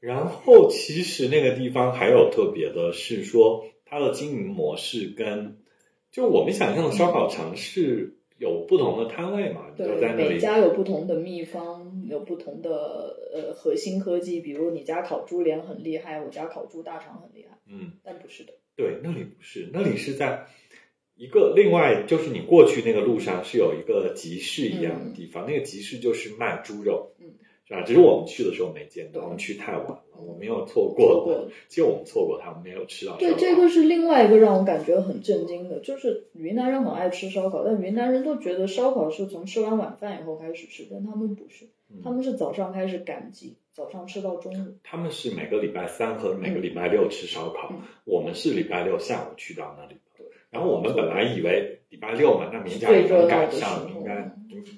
Speaker 1: 然后其实那个地方还有特别的是说，它的经营模式跟就我们想象的烧烤城是有不同的摊位嘛，你
Speaker 2: 对
Speaker 1: 就在，那
Speaker 2: 每
Speaker 1: 里
Speaker 2: 家有不同的秘方，有不同的呃核心科技，比如你家烤猪脸很厉害，我家烤猪大肠很厉害，
Speaker 1: 嗯，
Speaker 2: 但不是的。
Speaker 1: 对，那里不是，那里是在一个另外就是你过去那个路上是有一个集市一样的地方，那个集市就是卖猪肉，
Speaker 2: 嗯，
Speaker 1: 是吧？只是我们去的时候没见到，
Speaker 2: 对嗯
Speaker 1: 我们去太晚了，我没有错
Speaker 2: 错
Speaker 1: 过，
Speaker 2: 过了
Speaker 1: 其实我们错过它，我们没有吃到烧烤。
Speaker 2: 对，这个是另外一个让我感觉很震惊的，就是云南人很爱吃烧烤，但云南人都觉得烧烤是从吃完晚饭以后开始吃，但他们不是，他
Speaker 1: 嗯、
Speaker 2: 们是早上开始赶集，早上吃到中午。
Speaker 1: 他们是每个礼拜三和每个礼拜六吃烧烤，
Speaker 2: 嗯
Speaker 1: 我们是礼拜六下午去到那里。然后我们本来以为礼拜六嘛，那明天
Speaker 2: 最
Speaker 1: 能
Speaker 2: 热闹的
Speaker 1: 赶
Speaker 2: 时候嗯
Speaker 1: 上，应该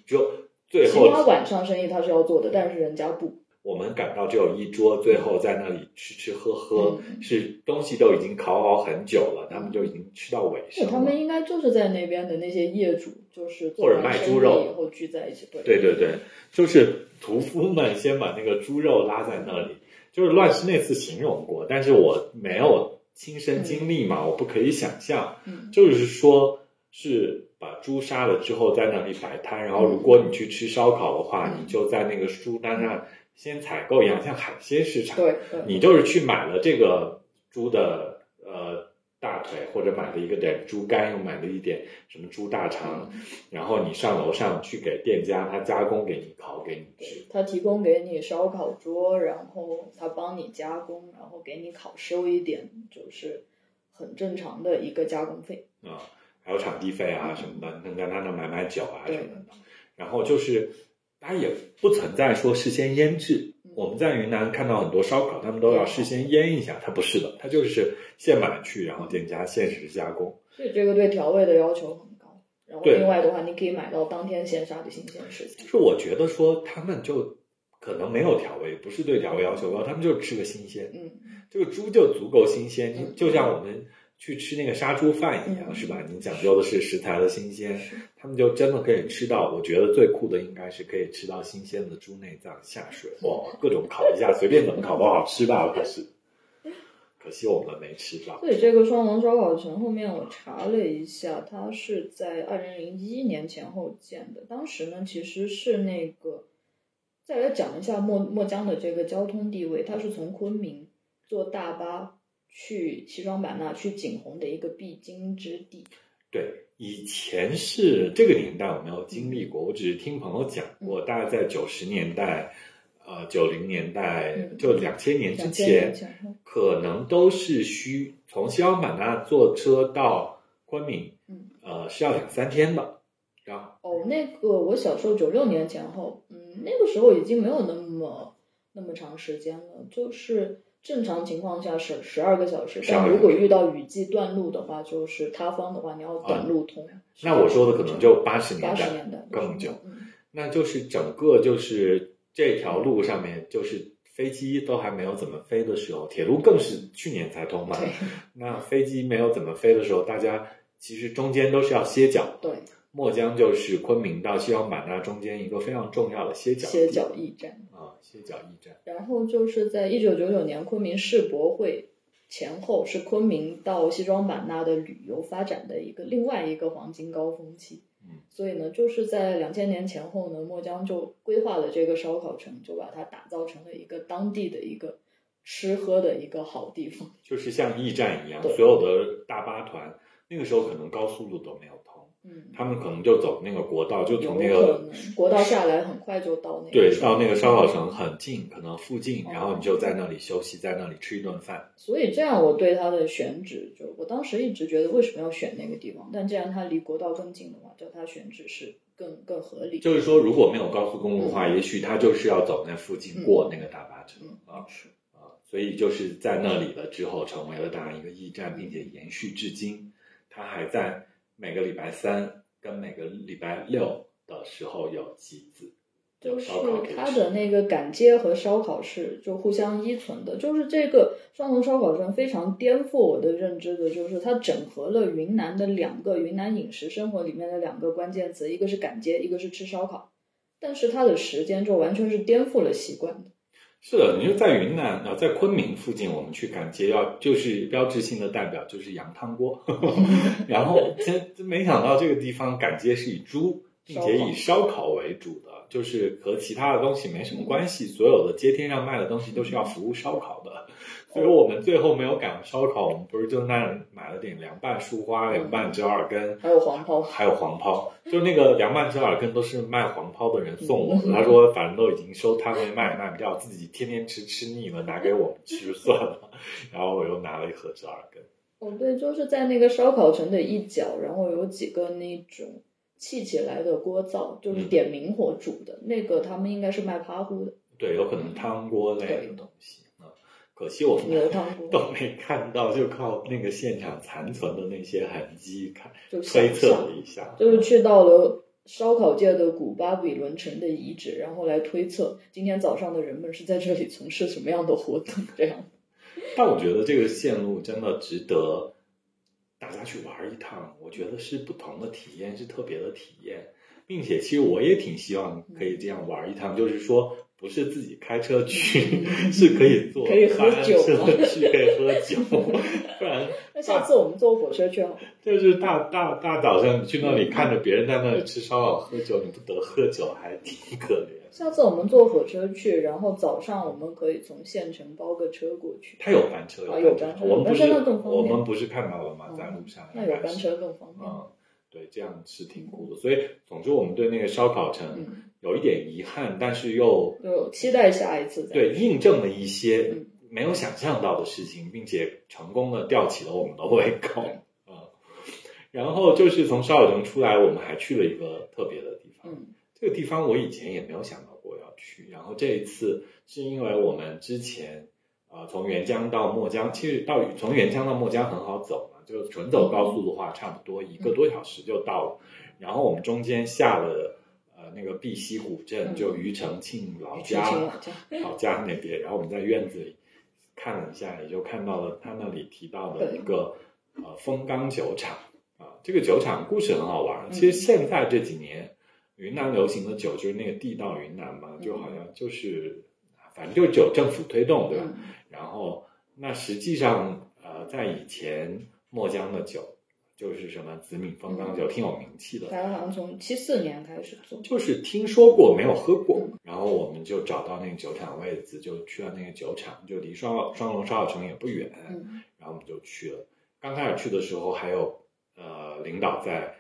Speaker 1: 就最
Speaker 2: 其
Speaker 1: 后
Speaker 2: 他晚上生意他是要做的，但是人家不。
Speaker 1: 我们赶到只有一桌，最后在那里吃吃喝喝，
Speaker 2: 嗯
Speaker 1: 是东西都已经烤好很久了，他们就已经吃到尾
Speaker 2: 对，
Speaker 1: 声
Speaker 2: 他
Speaker 1: 了。
Speaker 2: 们应该就是在那边的那些业主，就是做
Speaker 1: 或者
Speaker 2: 完
Speaker 1: 卖
Speaker 2: 生
Speaker 1: 猪
Speaker 2: 意
Speaker 1: 肉
Speaker 2: 以后聚在一起，对
Speaker 1: 对对对，就是屠夫们先把那个猪肉拉在那里，就是乱世那次形容过，但是我没有亲身经历嘛，我不可以想象。
Speaker 2: 嗯，
Speaker 1: 就是说，是把猪杀了之后在那里摆摊，然后如果你去吃烧烤的话，
Speaker 2: 嗯
Speaker 1: 你就在那个书单上先采购一样，像海鲜市场。
Speaker 2: 对对，
Speaker 1: 你就是去买了这个猪的呃大腿，或者买了一个点猪肝，又买了一点什么猪大肠，然后你上楼上去给店家，他加工给你烤给你吃。
Speaker 2: 他提供给你烧烤桌，然后他帮你加工，然后给你烤收一点，就是很正常的一个加工费。
Speaker 1: 啊、还有场地费啊什么的，能在那那买买酒啊什
Speaker 2: 对
Speaker 1: 么的。然后就是，它也不存在说事先腌制
Speaker 2: 嗯。
Speaker 1: 我们在云南看到很多烧烤，他们都要事先腌一下，它不是的，它就是现买去，然后店家限时加工。
Speaker 2: 所以这个对调味的要求很高。然后
Speaker 1: 对
Speaker 2: 另外的话，你可以买到当天现杀的新鲜食材
Speaker 1: 就。是我觉得说他们就可能没有调味，不是对调味要求高，他们就是吃个新鲜。
Speaker 2: 嗯，
Speaker 1: 这个猪就足够新鲜，
Speaker 2: 嗯
Speaker 1: 就像我们去吃那个杀猪饭一样，
Speaker 2: 嗯
Speaker 1: 是吧？你讲究的是食材的新鲜，他们就真的可以吃到。我觉得最酷的应该是可以吃到新鲜的猪内脏下水，哇，各种烤一下，随便怎么烤都好吃吧？可是，可惜我们没吃到。
Speaker 2: 所以这个双龙烧烤城后面我查了一下，它是在二零零一年前后建的。当时呢，其实是那个，再来讲一下墨墨江的这个交通地位，它是从昆明坐大巴去西双版纳去景洪的一个必经之地。
Speaker 1: 对，以前是这个年代我没有经历过，我只是听朋友讲
Speaker 2: 嗯
Speaker 1: 过，大概在九十年代。呃，九零年代
Speaker 2: 嗯
Speaker 1: 就两千年之
Speaker 2: 两千
Speaker 1: 前，
Speaker 2: 年前后，
Speaker 1: 可能都是需从西双版纳坐车到昆明，
Speaker 2: 嗯，
Speaker 1: 呃，是要两三天的。然后，
Speaker 2: 哦，那个我小时候九六年前后，嗯，那个时候已经没有那么那么长时间了，就是正常情况下是十二个小时，但
Speaker 1: 12
Speaker 2: 如果遇到雨季断路的话，就是塌方的话，你要短路通。
Speaker 1: 啊那我说的可能就八十
Speaker 2: 八
Speaker 1: 年
Speaker 2: 十
Speaker 1: 代，
Speaker 2: 年代
Speaker 1: 更久，
Speaker 2: 嗯
Speaker 1: 那就是整个就是这条路上面就是飞机都还没有怎么飞的时候，铁路更是去年才通嘛
Speaker 2: 对。
Speaker 1: 那飞机没有怎么飞的时候，大家其实中间都是要歇脚。
Speaker 2: 对，
Speaker 1: 墨江就是昆明到西双版纳中间一个非常重要的歇脚地
Speaker 2: 歇脚驿站。
Speaker 1: 啊，歇脚驿站。
Speaker 2: 然后就是在一九九九年昆明世博会前后，是昆明到西双版纳的旅游发展的一个另外一个黄金高峰期。
Speaker 1: 嗯，
Speaker 2: 所以呢，就是在两千年前后呢，墨江就规划了这个烧烤城，就把它打造成了一个当地的一个吃喝的一个好地方。
Speaker 1: 就是像驿站一样，
Speaker 2: 对
Speaker 1: 所有的大巴团那个时候可能高速路都没有通，
Speaker 2: 嗯，
Speaker 1: 他们可能就走那个国道，就从那
Speaker 2: 有可
Speaker 1: 个
Speaker 2: 能国道下来很快就到那个
Speaker 1: 对
Speaker 2: 烧烤
Speaker 1: 到那个烧烤城很近，可能附近，
Speaker 2: 哦
Speaker 1: 然后你就在那里休息，在那里吃一顿饭。
Speaker 2: 所以这样我对它的选址就，我当时一直觉得为什么要选那个地方，但既然它离国道更近的话，叫它选址是更更合理。
Speaker 1: 就是说，如果没有高速公路的话，也许他就是要走那附近
Speaker 2: 嗯
Speaker 1: 过那个大巴车
Speaker 2: 嗯，
Speaker 1: 啊
Speaker 2: 是
Speaker 1: 啊，所以就是在那里了之后，成为了大家一个驿站，并且延续至今。它还在每个礼拜三跟每个礼拜六的时候有集资，
Speaker 2: 就
Speaker 1: 有
Speaker 2: 是
Speaker 1: 烧烤可以
Speaker 2: 它
Speaker 1: 吃
Speaker 2: 的那个赶街和烧烤是就互相依存的，就是这个双龙烧烤城非常颠覆我的认知的，就是它整合了云南的两个云南饮食生活里面的两个关键词，一个是赶街，一个是吃烧烤，但是它的时间就完全是颠覆了习惯的。
Speaker 1: 是的，你就在云南啊，呃在昆明附近，我们去赶街要就是标志性的代表就是羊汤锅， *laughs* 然后真真没想到这个地方赶街是以猪，并且以烧烤为主的，就是和其他的东西没什么关系，所有的街天上卖的东西都是要服务烧烤的，所以我们最后没有赶烧烤，我们不是就那儿买了点凉拌树花、凉拌折耳根，
Speaker 2: 还有黄泡
Speaker 1: 还有黄抛，就那个凉拌折耳根都是卖黄抛的人送
Speaker 2: 嗯
Speaker 1: 我的，他说反正都已经收摊位卖也卖不掉，自己天天吃吃腻了，拿给我们吃算了。 *laughs* 然后我又拿了一盒折耳根，
Speaker 2: 哦，对，就是在那个烧烤城的一角，然后有几个那种砌起来的锅灶，就是
Speaker 1: 嗯
Speaker 2: 点明火煮的、那个，他们应该是卖趴糊的
Speaker 1: 对，有可能汤锅类的东西啊、嗯可惜我
Speaker 2: 牛
Speaker 1: 们
Speaker 2: 汤锅，
Speaker 1: *laughs* 都没看到，就靠那个现场残存的那些痕迹看
Speaker 2: 就
Speaker 1: 推
Speaker 2: 想
Speaker 1: 测了
Speaker 2: 象，
Speaker 1: 一下，嗯
Speaker 2: 就是去到了烧烤界的古巴比伦城的遗址，然后来推测今天早上的人们是在这里从事什么样的活动，这样。
Speaker 1: 但我觉得这个线路真的值得大家去玩一趟，我觉得是不同的体验，是特别的体验，并且其实我也挺希望可以这样玩一趟，就是说不是自己开车去， *laughs* 是可以坐
Speaker 2: 可以喝酒吗
Speaker 1: 车去，可以喝酒，不然
Speaker 2: 那下
Speaker 1: 啊
Speaker 2: 次我们坐火车去好吗？
Speaker 1: 就是大大大早上你去那里看着别人在那里吃烧烤喝酒，你不得喝酒还挺可怜。
Speaker 2: 下次我们坐火车去，然后早上我们可以从县城包个车过去，
Speaker 1: 他有班车，
Speaker 2: 啊
Speaker 1: 有
Speaker 2: 有班车
Speaker 1: 我们不是
Speaker 2: 有班车那更方便哦
Speaker 1: 我们不是看到了吗？在路上
Speaker 2: 那有
Speaker 1: 应该
Speaker 2: 班
Speaker 1: 是
Speaker 2: 车更方便。
Speaker 1: 嗯，对，这样是挺酷的。所以，总之我们对那个烧烤城
Speaker 2: 嗯，
Speaker 1: 有一点遗憾，但是又
Speaker 2: 就期待下一次再
Speaker 1: 对印证了一些
Speaker 2: 嗯
Speaker 1: 没有想象到的事情，并且成功的吊起了我们的胃口
Speaker 2: 对
Speaker 1: 啊。然后就是从烧烤城出来，我们还去了一个特别的地方。
Speaker 2: 嗯
Speaker 1: 这个地方我以前也没有想到过要去，然后这一次是因为我们之前啊、呃从沅江到墨江，其实到从沅江到墨江很好走嘛，就是纯走高速的话，差不多一个多小时就到了。然后我们中间下了呃那个碧溪古镇，
Speaker 2: 嗯
Speaker 1: 就庾澄庆老
Speaker 2: 去
Speaker 1: 家、
Speaker 2: 请老家。
Speaker 1: *laughs* 老家那边，然后我们在院子里看了一下，也就看到了他那里提到的
Speaker 2: 对
Speaker 1: 一个呃风缸酒厂啊，这个酒厂故事很好玩儿。
Speaker 2: 嗯
Speaker 1: 其实现在这几年云南流行的酒就是那个地道云南
Speaker 2: 嗯
Speaker 1: 嘛，就好像就是啊反正就是酒政府推动对吧？
Speaker 2: 嗯
Speaker 1: 然后那实际上呃在以前墨江的酒就是什么紫米风
Speaker 2: 嗯
Speaker 1: 缸酒挺有名气的，
Speaker 2: 台湾好像从七四年开始做，
Speaker 1: 就是听说过没有喝过，然后我们就找到那个酒厂位置，就去了那个酒厂，就离双双龙烧烤城也不远，
Speaker 2: 嗯，
Speaker 1: 然后我们就去了。刚开始去的时候，还有呃领导在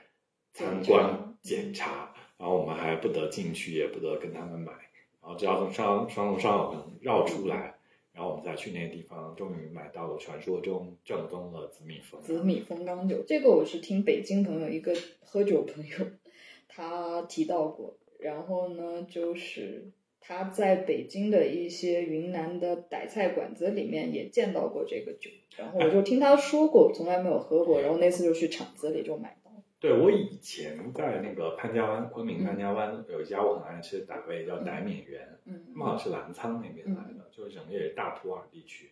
Speaker 1: 参观检
Speaker 2: 检查
Speaker 1: 查，然后我们还不得进去，也不得跟他们买，然后只要从双双龙烧烤城绕出来，然后我们再去那个地方，终于买到了传说中正宗的紫米粉。
Speaker 2: 紫米风缸酒，这个我是听北京朋友一个喝酒朋友，他提到过。然后呢，就是他在北京的一些云南的傣菜馆子里面也见到过这个酒，然后我就听他说过，从来没有喝过。然后那次就去厂子里就买到了，
Speaker 1: 对我以前在那个潘家湾，昆明潘家湾有一家我很爱吃的傣味叫傣缅园，他们
Speaker 2: 嗯
Speaker 1: 好像是澜沧那边来的，就是整个也是大普洱地区。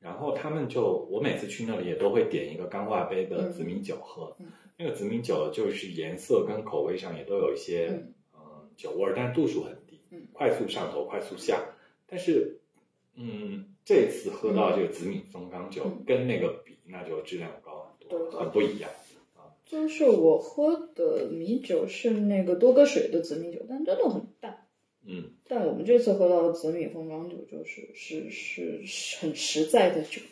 Speaker 1: 然后他们就，我每次去那里也都会点一个钢化杯的紫米酒喝，
Speaker 2: 嗯
Speaker 1: 那个紫米酒就是颜色跟口味上也都有一些
Speaker 2: 嗯
Speaker 1: 嗯酒味儿，但度数很低，
Speaker 2: 嗯
Speaker 1: 快速上头，快速下。但是，嗯，这次喝到这个紫米松冈酒、
Speaker 2: 嗯
Speaker 1: 跟那个比，那就质量高很多，
Speaker 2: 对对
Speaker 1: 很不一样。
Speaker 2: 就是我喝的米酒是那个多哥水的紫米酒，但真的很淡。
Speaker 1: 嗯，
Speaker 2: 但我们这次喝到的紫米凤凰酒就是是是是很实在的酒，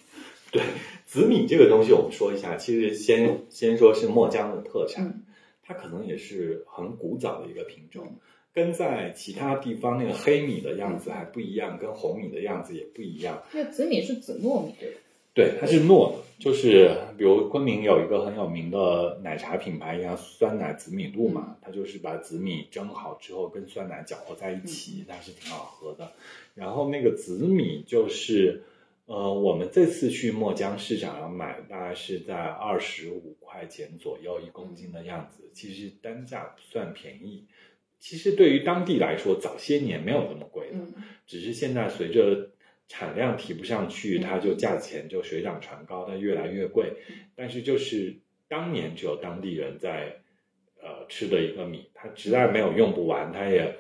Speaker 1: 紫米这个东西，我们说一下，其实先先说是墨江的特产，
Speaker 2: 嗯
Speaker 1: 它可能也是很古早的一个品种
Speaker 2: 嗯，
Speaker 1: 跟在其他地方那个黑米的样子还不一样，跟红米的样子也不一样。
Speaker 2: 那紫米是紫糯米对吧？
Speaker 1: 对，它是糯的，就是比如昆明有一个很有名的奶茶品牌，叫酸奶紫米露嘛，它就是把紫米蒸好之后跟酸奶搅和在一起，但是挺好喝的。然后那个紫米就是，呃，我们这次去墨江市场上买，大概是在二十五块钱左右一公斤的样子，其实单价不算便宜。其实对于当地来说，早些年没有那么贵的，
Speaker 2: 嗯
Speaker 1: 只是现在随着产量提不上去，
Speaker 2: 嗯
Speaker 1: 它就价钱就水涨船高，它越来越贵。但是就是当年只有当地人在呃吃的一个米，它实在没有用不完，它也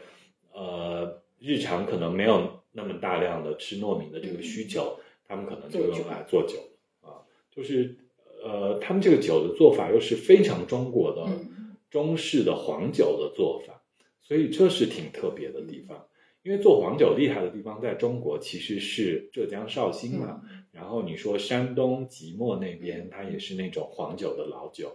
Speaker 1: 呃日常可能没有那么大量的吃糯米的这个需求，他们可能就用来做酒啊，就是。呃，他们这个酒的做法又是非常中国的、
Speaker 2: 嗯
Speaker 1: 中式的黄酒的做法，所以这是挺特别的地方。因为做黄酒厉害的地方，在中国其实是浙江绍兴
Speaker 2: 嗯
Speaker 1: 嘛，然后你说山东即墨那边，它也是那种黄酒的老酒，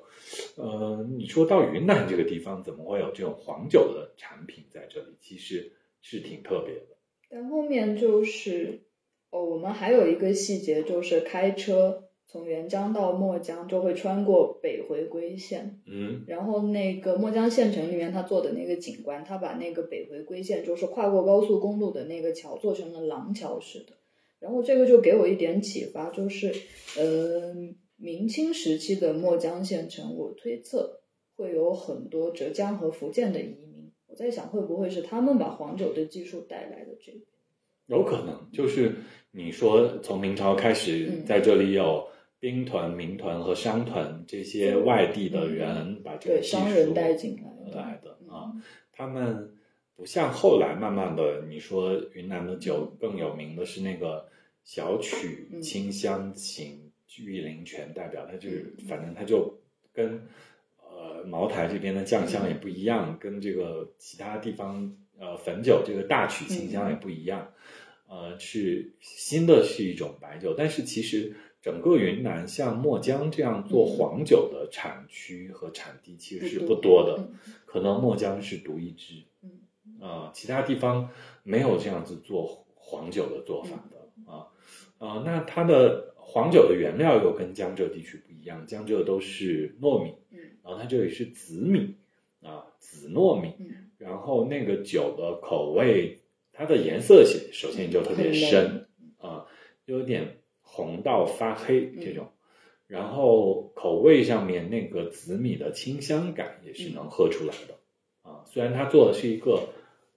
Speaker 1: 呃，你说到云南这个地方，怎么会有这种黄酒的产品在这里？其实是挺特别的。
Speaker 2: 但后面就是，哦，我们还有一个细节就是开车从沅江到墨江就会穿过北回归线，
Speaker 1: 嗯
Speaker 2: 然后那个墨江县城里面他做的那个景观，他把那个北回归线就是跨过高速公路的那个桥做成了廊桥式的，然后这个就给我一点启发，就是呃，明清时期的墨江县城，我推测会有很多浙江和福建的移民，我在想会不会是他们把黄酒的技术带来的这个。
Speaker 1: 有可能就是你说从明朝开始，
Speaker 2: 嗯
Speaker 1: 在这里有兵团、民团和商团这些外地的人把这个
Speaker 2: 嗯对
Speaker 1: 技术
Speaker 2: 商人带进来的
Speaker 1: 来的啊。
Speaker 2: 嗯
Speaker 1: 他们不像后来慢慢的，你说云南的酒更有名的是那个小曲
Speaker 2: 嗯
Speaker 1: 清香琴玉林泉代表，它就是
Speaker 2: 嗯
Speaker 1: 反正它就跟呃茅台这边的酱香也不一样，跟这个其他地方呃汾酒这个大曲清香也
Speaker 2: 嗯
Speaker 1: 不一样，呃，是新的是一种白酒，但是其实。整个云南像墨江这样做
Speaker 2: 嗯
Speaker 1: 黄酒的产区和产地其实是
Speaker 2: 不
Speaker 1: 不
Speaker 2: 多
Speaker 1: 多的，
Speaker 2: 嗯
Speaker 1: 可能墨江是独一支，
Speaker 2: 嗯，
Speaker 1: 啊、其他地方没有这样子做黄酒的做法
Speaker 2: 嗯
Speaker 1: 的啊，啊、那它的黄酒的原料又跟江浙地区不一样，江浙都是糯米，
Speaker 2: 嗯
Speaker 1: 然后它这里是紫米啊，紫糯米，
Speaker 2: 嗯
Speaker 1: 然后那个酒的口味，它的颜色是首先就特别深啊，有点红到发黑这
Speaker 2: 嗯
Speaker 1: 种，然后口味上面那个紫米的清香感也是能喝出来的、啊。虽然它做的是一个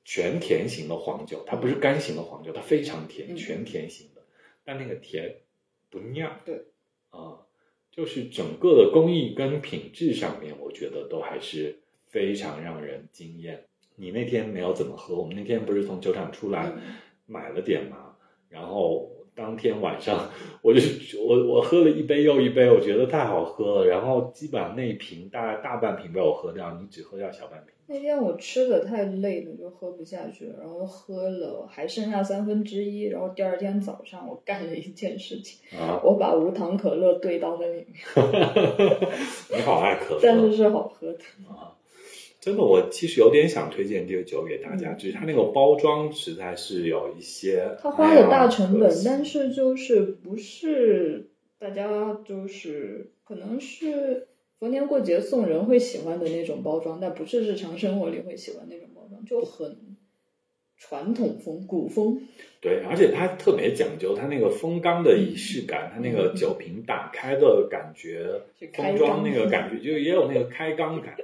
Speaker 1: 全甜型的黄酒，它不是干型的黄酒，它非常甜，
Speaker 2: 嗯
Speaker 1: 全甜型的，但那个甜不酿。
Speaker 2: 对
Speaker 1: 啊，就是整个的工艺跟品质上面，我觉得都还是非常让人惊艳。你那天没有怎么喝，我们那天不是从酒厂出来
Speaker 2: 嗯
Speaker 1: 买了点嘛，然后当天晚上我就我我喝了一杯又一杯，我觉得太好喝了，然后基本上那一瓶大大半瓶被我喝掉，你只喝掉小半瓶。
Speaker 2: 那天我吃的太累了，就喝不下去了，然后喝了还剩下三分之一，然后第二天早上我干了一件事情，
Speaker 1: 啊， *laughs*
Speaker 2: 我把无糖可乐兑到那里面，
Speaker 1: 你好爱可乐，
Speaker 2: 但是是好喝的。
Speaker 1: 真的，我其实有点想推荐这个酒给大家，
Speaker 2: 嗯
Speaker 1: 只是它那个包装实在是有一些，
Speaker 2: 它花了大成本
Speaker 1: 哎呀，
Speaker 2: 但是就是不是大家就是可能是逢年过节送人会喜欢的那种包装，但不是日常生活里会喜欢那种包装，就很传统风、古风，
Speaker 1: 对，而且它特别讲究它那个风缸的仪
Speaker 2: 嗯
Speaker 1: 式感，它那个酒瓶打开的感觉，
Speaker 2: 去开
Speaker 1: 封
Speaker 2: 张
Speaker 1: 装那个感觉，就也有那个开缸感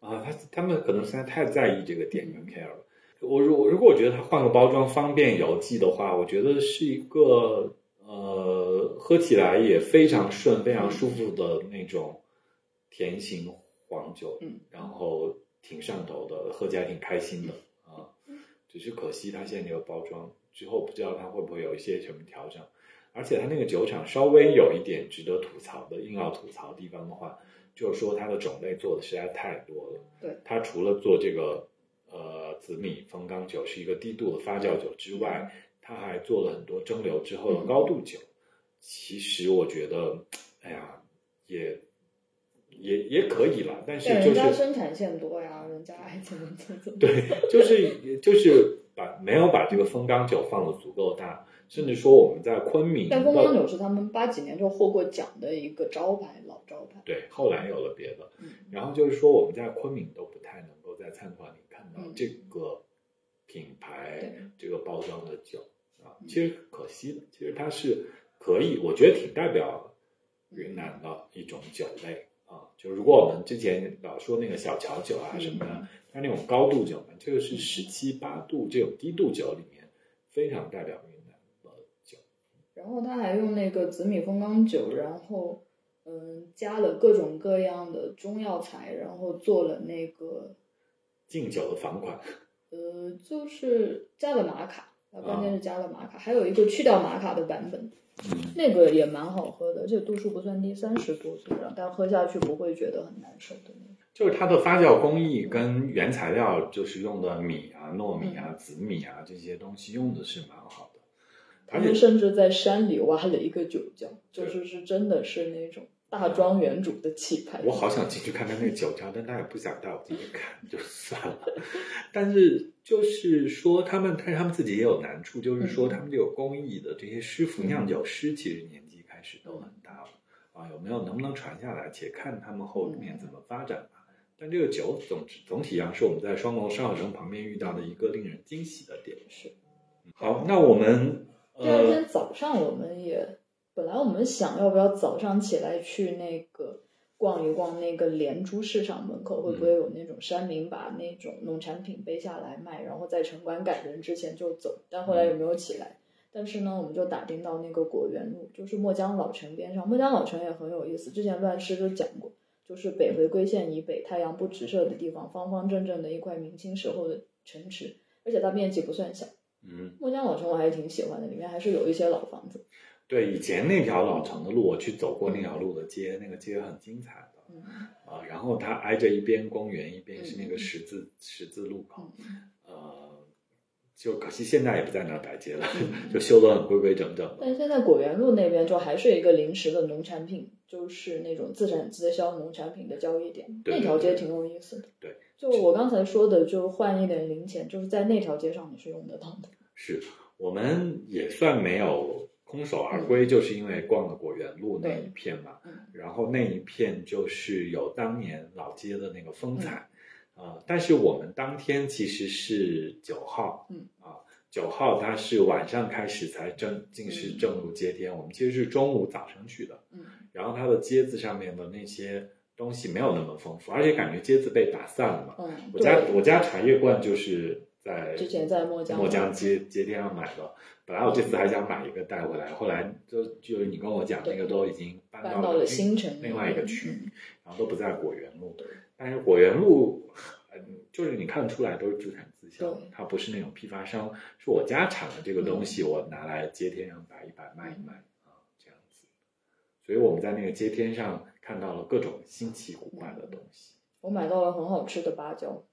Speaker 1: 啊。他他们可能实在太在意这个店跟 care 了。我如我如果我觉得它换个包装方便邮寄的话，我觉得是一个呃喝起来也非常顺、非常舒服的那种甜型黄酒，
Speaker 2: 嗯，
Speaker 1: 然后挺上头的，喝起来挺开心的啊。
Speaker 2: 嗯
Speaker 1: 只是可惜它现在这个包装之后，不知道它会不会有一些什么调整。而且它那个酒厂稍微有一点值得吐槽的，硬要吐槽的地方的话，就是说它的种类做的实在太多了。
Speaker 2: 对，
Speaker 1: 它除了做这个呃紫米风干酒是一个低度的发酵酒之外，它还做了很多蒸馏之后
Speaker 2: 嗯
Speaker 1: 的高度酒。其实我觉得，哎呀，也也也可以啦，但是
Speaker 2: 但
Speaker 1: 就
Speaker 2: 人
Speaker 1: 是
Speaker 2: 家生产线多呀，人家爱怎么怎么怎么。
Speaker 1: 对，就是就是把没有把这个风缸酒放的足够大，甚至说我们在昆明的，
Speaker 2: 但风光酒是他们八几年就获过奖的一个招牌，老招牌。
Speaker 1: 对，后来有了别的，
Speaker 2: 嗯
Speaker 1: 然后就是说我们在昆明都不太能够在餐馆里看到
Speaker 2: 嗯
Speaker 1: 这个品牌、
Speaker 2: 对
Speaker 1: 这个包装的酒啊，
Speaker 2: 嗯
Speaker 1: 其实可惜的，其实它是可以，我觉得挺代表云南的一种酒类啊，就如果我们之前老说那个小乔酒啊什么的，
Speaker 2: 嗯
Speaker 1: 它那种高度酒嘛，这个是
Speaker 2: 嗯
Speaker 1: 十七八度这种低度酒里面非常代表云南的酒，
Speaker 2: 然后他还用那个紫米风干酒，然后嗯加了各种各样的中药材，然后做了那个
Speaker 1: 敬酒的房款，
Speaker 2: 呃就是加了玛卡，啊关键是加了玛卡，还有一个去掉玛卡的版本，
Speaker 1: 嗯，
Speaker 2: 那个也蛮好喝的，而且度数不算低，三十多度，然后但喝下去不会觉得很难受的那种。
Speaker 1: 就是它的发酵工艺跟原材料，就是用的米啊、糯米啊、紫米啊这些东西用的是蛮好的，
Speaker 2: 他
Speaker 1: 而
Speaker 2: 们
Speaker 1: 且
Speaker 2: 甚至在山里挖了一个酒窖，就是是真的是那种大庄园主的气派。
Speaker 1: 啊我好想进去看看那个酒窖，但他也不想带我进去看，就算了。 *laughs* 但是就是说，他们但是他们自己也有难处，就是说
Speaker 2: 嗯
Speaker 1: 他们这个工艺的这些师傅酿酒师，其实年纪开始都很大了啊，有没有能不能传下来，且看他们后面怎么发展吧。但这个酒总之总体上是我们在双龙烧烤城旁边遇到的一个令人惊喜的点。
Speaker 2: 是。
Speaker 1: 好，那我们
Speaker 2: 第二
Speaker 1: 呃
Speaker 2: 天早上，我们也本来我们想要不要早上起来去那个逛一逛那个莲珠市场门口，会不会有那种山民把那种农产品背下来卖，然后在城管赶人之前就走，但后来也没有起来。但是呢，我们就打听到那个果园路，就是墨江老城边上。墨江老城也很有意思，之前乱吃就讲过，就是北回归线以北太阳不直射的地方，方方正正的一块明清时候的城池，而且它面积不算小。
Speaker 1: 嗯。
Speaker 2: 墨江老城我还挺喜欢的，里面还是有一些老房子。
Speaker 1: 对，以前那条老城的路，我去走过那条路的街，那个街很精彩的
Speaker 2: 嗯
Speaker 1: 啊、然后它挨着一边公园，一边是那
Speaker 2: 嗯
Speaker 1: 个十字、十字路口，
Speaker 2: 嗯，
Speaker 1: 呃，就可惜现在也不在那儿摆街了，
Speaker 2: 嗯
Speaker 1: 就修得很规规整整的。
Speaker 2: 但是现在果园路那边就还是一个临时的农产品，就是那种自产自销农产品的交易点。
Speaker 1: 对对
Speaker 2: 那条街挺有意思的。
Speaker 1: 对，
Speaker 2: 就我刚才说的，就换一点零钱，就是在那条街上你是用得到的。
Speaker 1: 是我们也算没有空手而归，就是因为逛了果园路那一片嘛，
Speaker 2: 嗯
Speaker 1: 然后那一片就是有当年老街的那个
Speaker 2: 嗯
Speaker 1: 风采，呃，但是我们当天其实是九号，
Speaker 2: 嗯
Speaker 1: 啊，九号它是晚上开始才正正式
Speaker 2: 嗯
Speaker 1: 正入街天，我们其实是中午早晨去的，
Speaker 2: 嗯，
Speaker 1: 然后它的街子上面的那些东西没有那么丰富，而且感觉街子被打散了嘛。
Speaker 2: 嗯，
Speaker 1: 我家
Speaker 2: 对
Speaker 1: 我家茶叶罐就是在
Speaker 2: 之前在墨江
Speaker 1: 墨江街街店上买的，本来我这次还想买一个带回来，后来就就是你跟我讲那个都已经搬
Speaker 2: 搬到
Speaker 1: 到
Speaker 2: 了
Speaker 1: 了
Speaker 2: 新城嗯
Speaker 1: 另外一个区域，然后都不在果园路
Speaker 2: 对。
Speaker 1: 但是果园路，嗯，就是你看得出来都是自产自销
Speaker 2: 对，嗯
Speaker 1: 它不是那种批发商，是我家产的这个东西，我拿来街天上摆一摆卖一卖啊，这样子。所以我们在那个街天上看到了各种新奇古怪的东西。 *laughs*
Speaker 2: 我买到了很好吃的芭蕉。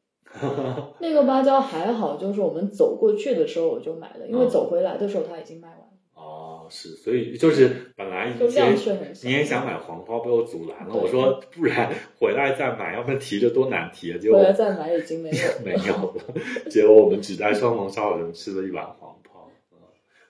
Speaker 2: 那个芭蕉还好，就是我们走过去的时候我就买了，因为
Speaker 1: 嗯
Speaker 2: 走回来的时候它已经卖完了。
Speaker 1: 哦，是，所以就是本来
Speaker 2: 就
Speaker 1: 以
Speaker 2: 量
Speaker 1: 前
Speaker 2: 是很小
Speaker 1: 你也想买黄瓜，被我阻拦了。
Speaker 2: 对
Speaker 1: 我说不然回来再买，要不然提着多难提啊！结果
Speaker 2: 回来再买已 *laughs* 经没有了。
Speaker 1: 没有了， *laughs* 结果我们只在双龙烧烤城吃了一碗黄泡，嗯，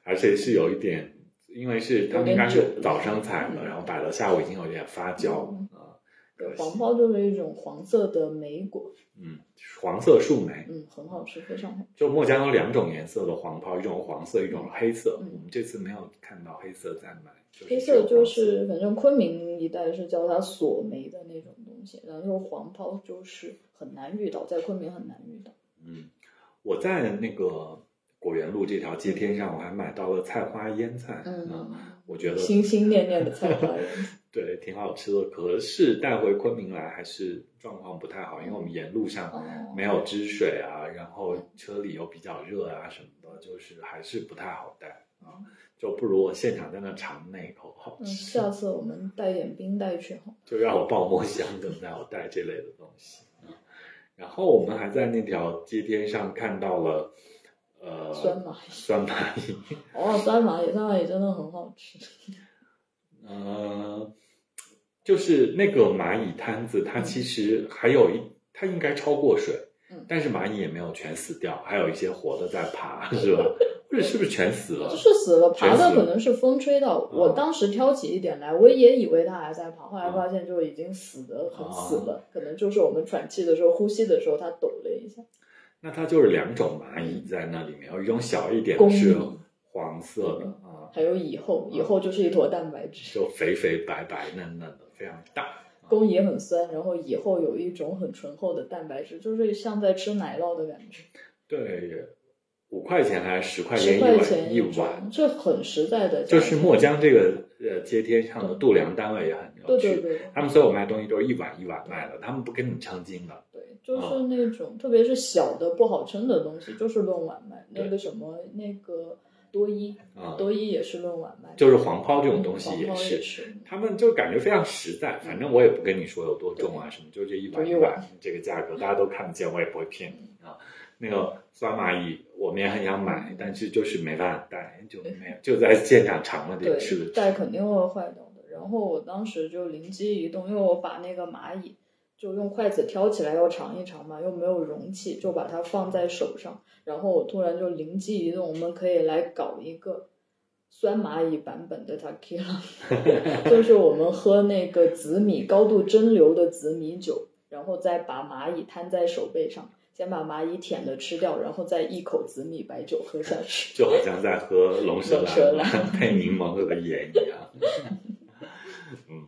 Speaker 1: 而且是有一点，因为是他们应该
Speaker 2: 有
Speaker 1: 是
Speaker 2: 点久
Speaker 1: 早上采
Speaker 2: 嗯
Speaker 1: 的，然后摆到下午已经有点发酵了
Speaker 2: 嗯
Speaker 1: 啊，可
Speaker 2: 对，
Speaker 1: 惜
Speaker 2: 黄包就是一种黄色的莓果，
Speaker 1: 嗯，黄色树莓，
Speaker 2: 嗯，很好吃，非常好。
Speaker 1: 就墨江有两种颜色的黄泡，一种黄色，一种黑色。
Speaker 2: 嗯
Speaker 1: 我们这次没有看到黑色在卖，就是
Speaker 2: 黑
Speaker 1: 只有
Speaker 2: 色就
Speaker 1: 黄色
Speaker 2: 是，反正昆明一带是叫它锁梅的那种东西，然后黄泡就是很难遇到，在昆明很难遇到。
Speaker 1: 嗯，我在那个果园路这条街边上，我还买到了菜花腌菜，
Speaker 2: 嗯，
Speaker 1: 我觉得
Speaker 2: 心心念念的菜花园，
Speaker 1: 对，挺好吃的。可是带回昆明来还是状况不太好，因为我们沿路上
Speaker 2: 哦，
Speaker 1: 没有汁水啊，然后车里又比较热啊什么的，就是还是不太好带啊，就不如我现场在那尝那一口好
Speaker 2: 嗯，
Speaker 1: 吃，
Speaker 2: 下次我们带点冰袋去哈。
Speaker 1: *laughs* 就让我抱梦想等待我带这类的东西。嗯然后我们还在那条街边上看到了，呃，
Speaker 2: 酸蚂蚁
Speaker 1: 酸 *laughs* 蚂蚁，
Speaker 2: 哦，酸蚂蚁，酸蚂蚁真的很好吃。
Speaker 1: 呃，就是那个蚂蚁摊子，它其实还有一，它应该超过水，
Speaker 2: 嗯
Speaker 1: 但是蚂蚁也没有全死掉，还有一些活的在爬， *laughs* 是吧？或者是不是全死了？
Speaker 2: 就是死了，爬
Speaker 1: 全
Speaker 2: 的
Speaker 1: 死了
Speaker 2: 可能是风吹到。
Speaker 1: 嗯
Speaker 2: 我当时挑起一点来，我也以为它还在爬，后来发现就已经死的
Speaker 1: 啊
Speaker 2: 很死了，可能就是我们喘气的时候、呼吸的时候它抖了一下。
Speaker 1: 那它就是两种蚂蚁在那里面，有一种小一点
Speaker 2: 公
Speaker 1: 的
Speaker 2: 蚁
Speaker 1: 是黄色的啊，
Speaker 2: 还有蚁后，蚁后就是一坨蛋白 *laughs* 质。
Speaker 1: 就肥肥白白嫩嫩的，非常大。
Speaker 2: 公蚁很酸，然后蚁后有一种很醇厚的蛋白质，就是像在吃奶酪的感觉。
Speaker 1: 对，五块钱还是十块钱
Speaker 2: 十
Speaker 1: 一
Speaker 2: 块钱
Speaker 1: 碗一
Speaker 2: 种
Speaker 1: 碗，
Speaker 2: 这很实在的价钱。
Speaker 1: 就是墨江这个呃街天上的度量单位也很有趣。
Speaker 2: 嗯对对对
Speaker 1: 他们所有卖东西都是一碗一碗卖的，他们不跟你称斤的。
Speaker 2: 对，
Speaker 1: 啊
Speaker 2: 就是那种、特别是小的不好称的东西，就是论碗卖。那个什么，那个多一，
Speaker 1: 啊
Speaker 2: 多一也是论碗卖，
Speaker 1: 就是黄抛这种东西
Speaker 2: 嗯黄
Speaker 1: 也
Speaker 2: 包
Speaker 1: 是，
Speaker 2: 也是
Speaker 1: 他们就感觉非常实在。反正我也不跟你说有多重啊什么，就这一碗
Speaker 2: 就
Speaker 1: 一
Speaker 2: 一碗嗯
Speaker 1: 碗这个价格，大家都看不见，我也不会骗你啊。那个酸蚂蚁我们也很想买，但是就是没办法带，就没
Speaker 2: *laughs*
Speaker 1: 有就在现场尝了点吃
Speaker 2: 对，
Speaker 1: 了
Speaker 2: 带肯定会坏掉的。然后我当时就灵机一动，因为我把那个蚂蚁就用筷子挑起来要尝一尝嘛，又没有容器，就把它放在手上。然后我突然就灵机一动，我们可以来搞一个酸蚂蚁版本的 tequila，就是我们喝那个紫米高度蒸馏的紫米酒，然后再把蚂蚁摊在手背上。先把蚂蚁舔的吃掉，然后再一口紫米白酒喝下去。
Speaker 1: 就好像在喝龙舌
Speaker 2: 龙舌
Speaker 1: 兰 *laughs*
Speaker 2: 兰
Speaker 1: 配柠檬和盐一样。嗯，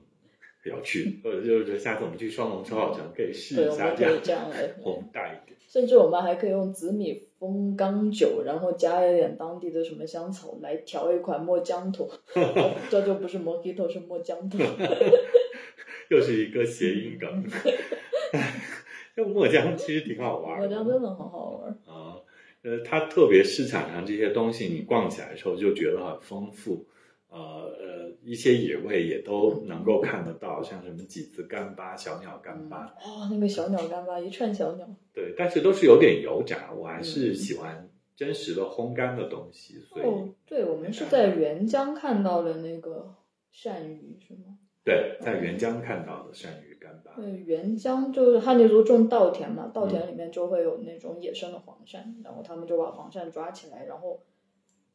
Speaker 1: 有趣，我就觉得下次我们去双龙超好城可以试
Speaker 2: 对，
Speaker 1: 一
Speaker 2: 我
Speaker 1: 下
Speaker 2: 们
Speaker 1: 这
Speaker 2: 可以
Speaker 1: 样
Speaker 2: 这样来喝。
Speaker 1: 宏大一点。
Speaker 2: 甚至我们还可以用紫米风干酒，然后加一点当地的什么香草来调一款墨江
Speaker 1: *laughs*
Speaker 2: 桶，这就不是 mojito 是墨江桶。
Speaker 1: 又是一个谐音
Speaker 2: *laughs*
Speaker 1: 梗。就墨江其实挺好玩
Speaker 2: 墨
Speaker 1: 的，
Speaker 2: 江真的很好玩，
Speaker 1: 啊，呃，它特别市场上这些东西，你逛起来的时候就觉得很丰富，呃呃，一些野味也都能够看得到，像什么几子干巴、小鸟干巴，
Speaker 2: 哦，那个小鸟干巴一串小鸟，
Speaker 1: 对，但是都是有点油炸，我还是喜欢真实的烘干的东西，所以、
Speaker 2: 嗯哦，对，我们是在沅江看到了那个鳝鱼是吗？
Speaker 1: 对，在沅江看到的鳝鱼干巴，
Speaker 2: 对，沅江就是汉地族种稻田嘛，
Speaker 1: 嗯
Speaker 2: 稻田里面就会有那种野生的黄鳝，然后他们就把黄鳝抓起来，然后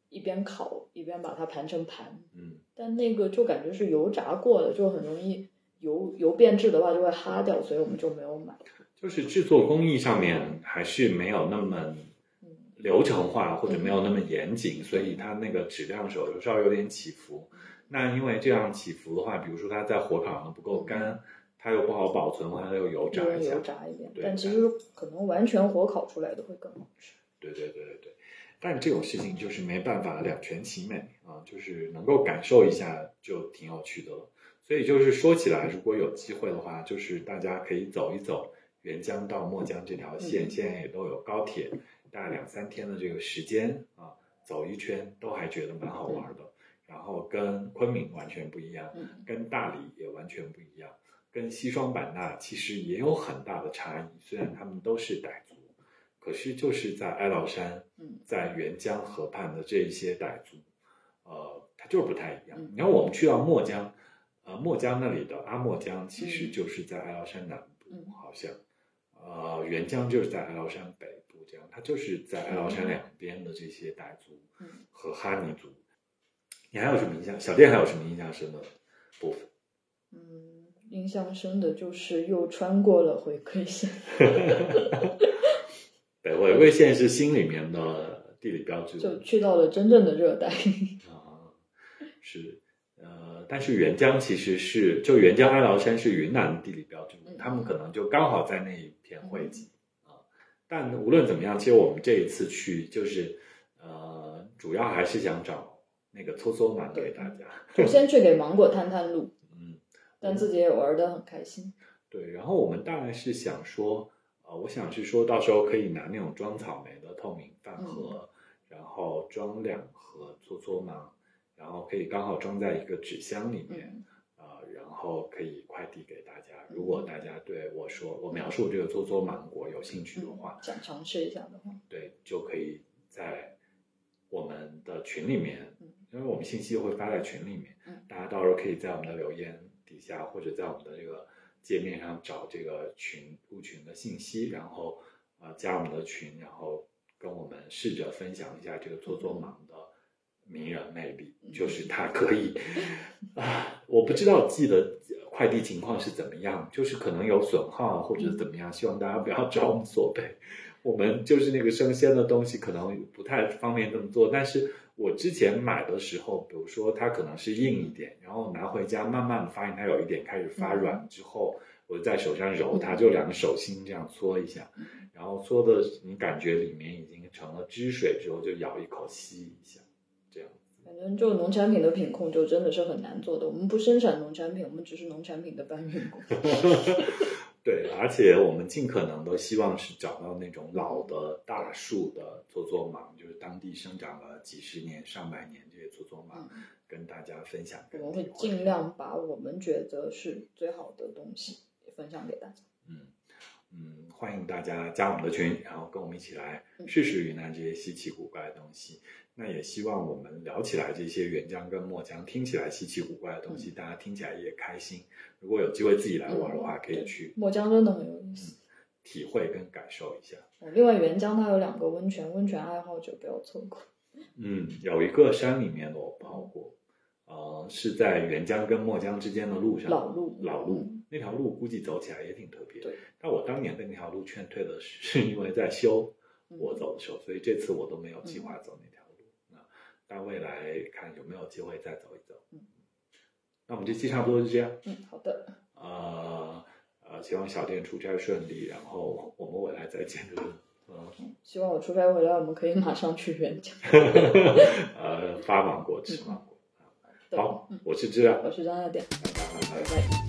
Speaker 2: 一边烤一边把它盘成盘，
Speaker 1: 嗯。
Speaker 2: 但那个就感觉是油炸过的，就很容易油油变质的话就会哈掉，所以我们就没有买。
Speaker 1: 就是制作工艺上面还是没有那么
Speaker 2: 嗯
Speaker 1: 流程化，或者没有那么严谨，所以它那个质量是有稍微有点起伏。那因为这样起伏的话，比如说它在火烤上的不够干，它又不好保存，它又油炸
Speaker 2: 就
Speaker 1: 一
Speaker 2: 是
Speaker 1: 下
Speaker 2: 嗯油。炸一点，
Speaker 1: 对
Speaker 2: 但其实可能完全火烤出来的会更好吃。
Speaker 1: 对对对对对。但这种事情就是没办法两全其美啊，就是能够感受一下就挺有趣的了。所以就是说起来，如果有机会的话，就是大家可以走一走沅江到墨江这条线，
Speaker 2: 嗯
Speaker 1: 现在也都有高铁，大概两三天的这个时间啊，走一圈都还觉得蛮好玩的。然后跟昆明完全不一样，
Speaker 2: 嗯，
Speaker 1: 跟大理也完全不一样，跟西双版纳其实也有很大的差异。虽然他们都是傣族，可是就是在哀牢山，
Speaker 2: 嗯
Speaker 1: 在沅江河畔的这一些傣族，呃，它就是不太一样
Speaker 2: 嗯。
Speaker 1: 你看我们去到墨江，呃，墨江那里的阿墨江其实就是在哀牢山南部，
Speaker 2: 嗯
Speaker 1: 好像，呃，沅江就是在哀牢山北部，这样，它就是在哀牢山两边的这些傣族
Speaker 2: 嗯
Speaker 1: 和哈尼族。你还有什么印象？小店还有什么印象深的部分？
Speaker 2: 嗯，印象深的就是又穿过了回
Speaker 1: *laughs*
Speaker 2: 归线。
Speaker 1: 北回归线是心里面的地理标志。
Speaker 2: 就去到了真正的热带。
Speaker 1: 啊，是呃，但是沅江其实是就沅江哀牢山是云南的地理标志物，
Speaker 2: 嗯
Speaker 1: 他们可能就刚好在那一片汇集啊。但无论怎么样，其实我们这一次去就是呃，主要还是想找那个搓搓满给大家。
Speaker 2: 就先去给芒果探探路，
Speaker 1: 嗯，
Speaker 2: 但自己也玩的很开心。
Speaker 1: 对。然后我们大概是想说，呃，我想是说到时候可以拿那种装草莓的透明饭盒，然后装两盒搓搓芒，然后可以刚好装在一个纸箱里面。
Speaker 2: 嗯，
Speaker 1: 呃，然后可以快递给大家。如果大家对我说我描述这个做做芒果有兴趣的话，
Speaker 2: 想尝试一下的话，
Speaker 1: 对，就可以在我们的群里面
Speaker 2: 嗯，
Speaker 1: 因为我们信息会发在群里面
Speaker 2: 嗯，
Speaker 1: 大家到时候可以在我们的留言底下或者在我们的这个界面上找这个群入群的信息，然后呃加我们的群，然后跟我们试着分享一下这个做做芒的迷人魅力，
Speaker 2: 嗯
Speaker 1: 就是它可以。啊，我不知道寄的快递情况是怎么样，就是可能有损耗或者怎么样，希望大家不要找我们索赔。我们就是那个生鲜的东西，可能不太方便这么做。但是我之前买的时候，比如说它可能是硬一点，然后拿回家慢慢的发现它有一点开始发软之后，我就在手上揉它，就两个手心这样搓一下，然后搓的你感觉里面已经成了汁水之后，就咬一口吸一下，这样。
Speaker 2: 反正就农产品的品控就真的是很难做的。我们不生产农产品，我们只是农产品的搬运工。 *laughs*
Speaker 1: 对，而且我们尽可能的希望是找到那种老的大树的搓搓芒，就是当地生长了几十年、上百年这些搓搓芒，
Speaker 2: 嗯
Speaker 1: 跟大家分享
Speaker 2: 我
Speaker 1: 跟
Speaker 2: 们
Speaker 1: 体
Speaker 2: 会
Speaker 1: 会。
Speaker 2: 尽量把我们觉得是最好的东西分享给大家。
Speaker 1: 嗯嗯，欢迎大家加我们的群，然后跟我们一起来
Speaker 2: 嗯
Speaker 1: 试试云南这些稀奇古怪的东西。那也希望我们聊起来这些沅江跟墨江听起来稀奇古怪的东
Speaker 2: 嗯
Speaker 1: 西，大家听起来也开心。如果有机会自己来玩的话，可以
Speaker 2: 嗯对
Speaker 1: 去
Speaker 2: 墨江真的很有意思。
Speaker 1: 嗯体会跟感受一下。
Speaker 2: 哦另外，沅江它有两个温泉，温泉爱好者不要错过。
Speaker 1: 嗯，有一个山里面的我泡过，呃，是在沅江跟墨江之间的路上，
Speaker 2: 老路
Speaker 1: 老路
Speaker 2: 嗯
Speaker 1: 那条路估计走起来也挺特别。
Speaker 2: 对，
Speaker 1: 但我当年被那条路劝退的是因为在修
Speaker 2: 嗯
Speaker 1: 我走的时候，所以这次我都没有计划走那条路。那但未来看有没有机会再走一走。
Speaker 2: 嗯，
Speaker 1: 那我们这期差不多就这样。
Speaker 2: 嗯，好的，
Speaker 1: 呃呃，希望小店出差顺利，然后我们未来再见。嗯，
Speaker 2: 希望我出差回来，我们可以马上去沅江。
Speaker 1: *laughs* 呃，发芒果吃芒果。
Speaker 2: 对
Speaker 1: 好
Speaker 2: 嗯，
Speaker 1: 我是知了，
Speaker 2: 我是张大点，
Speaker 1: 拜拜。
Speaker 2: 拜拜。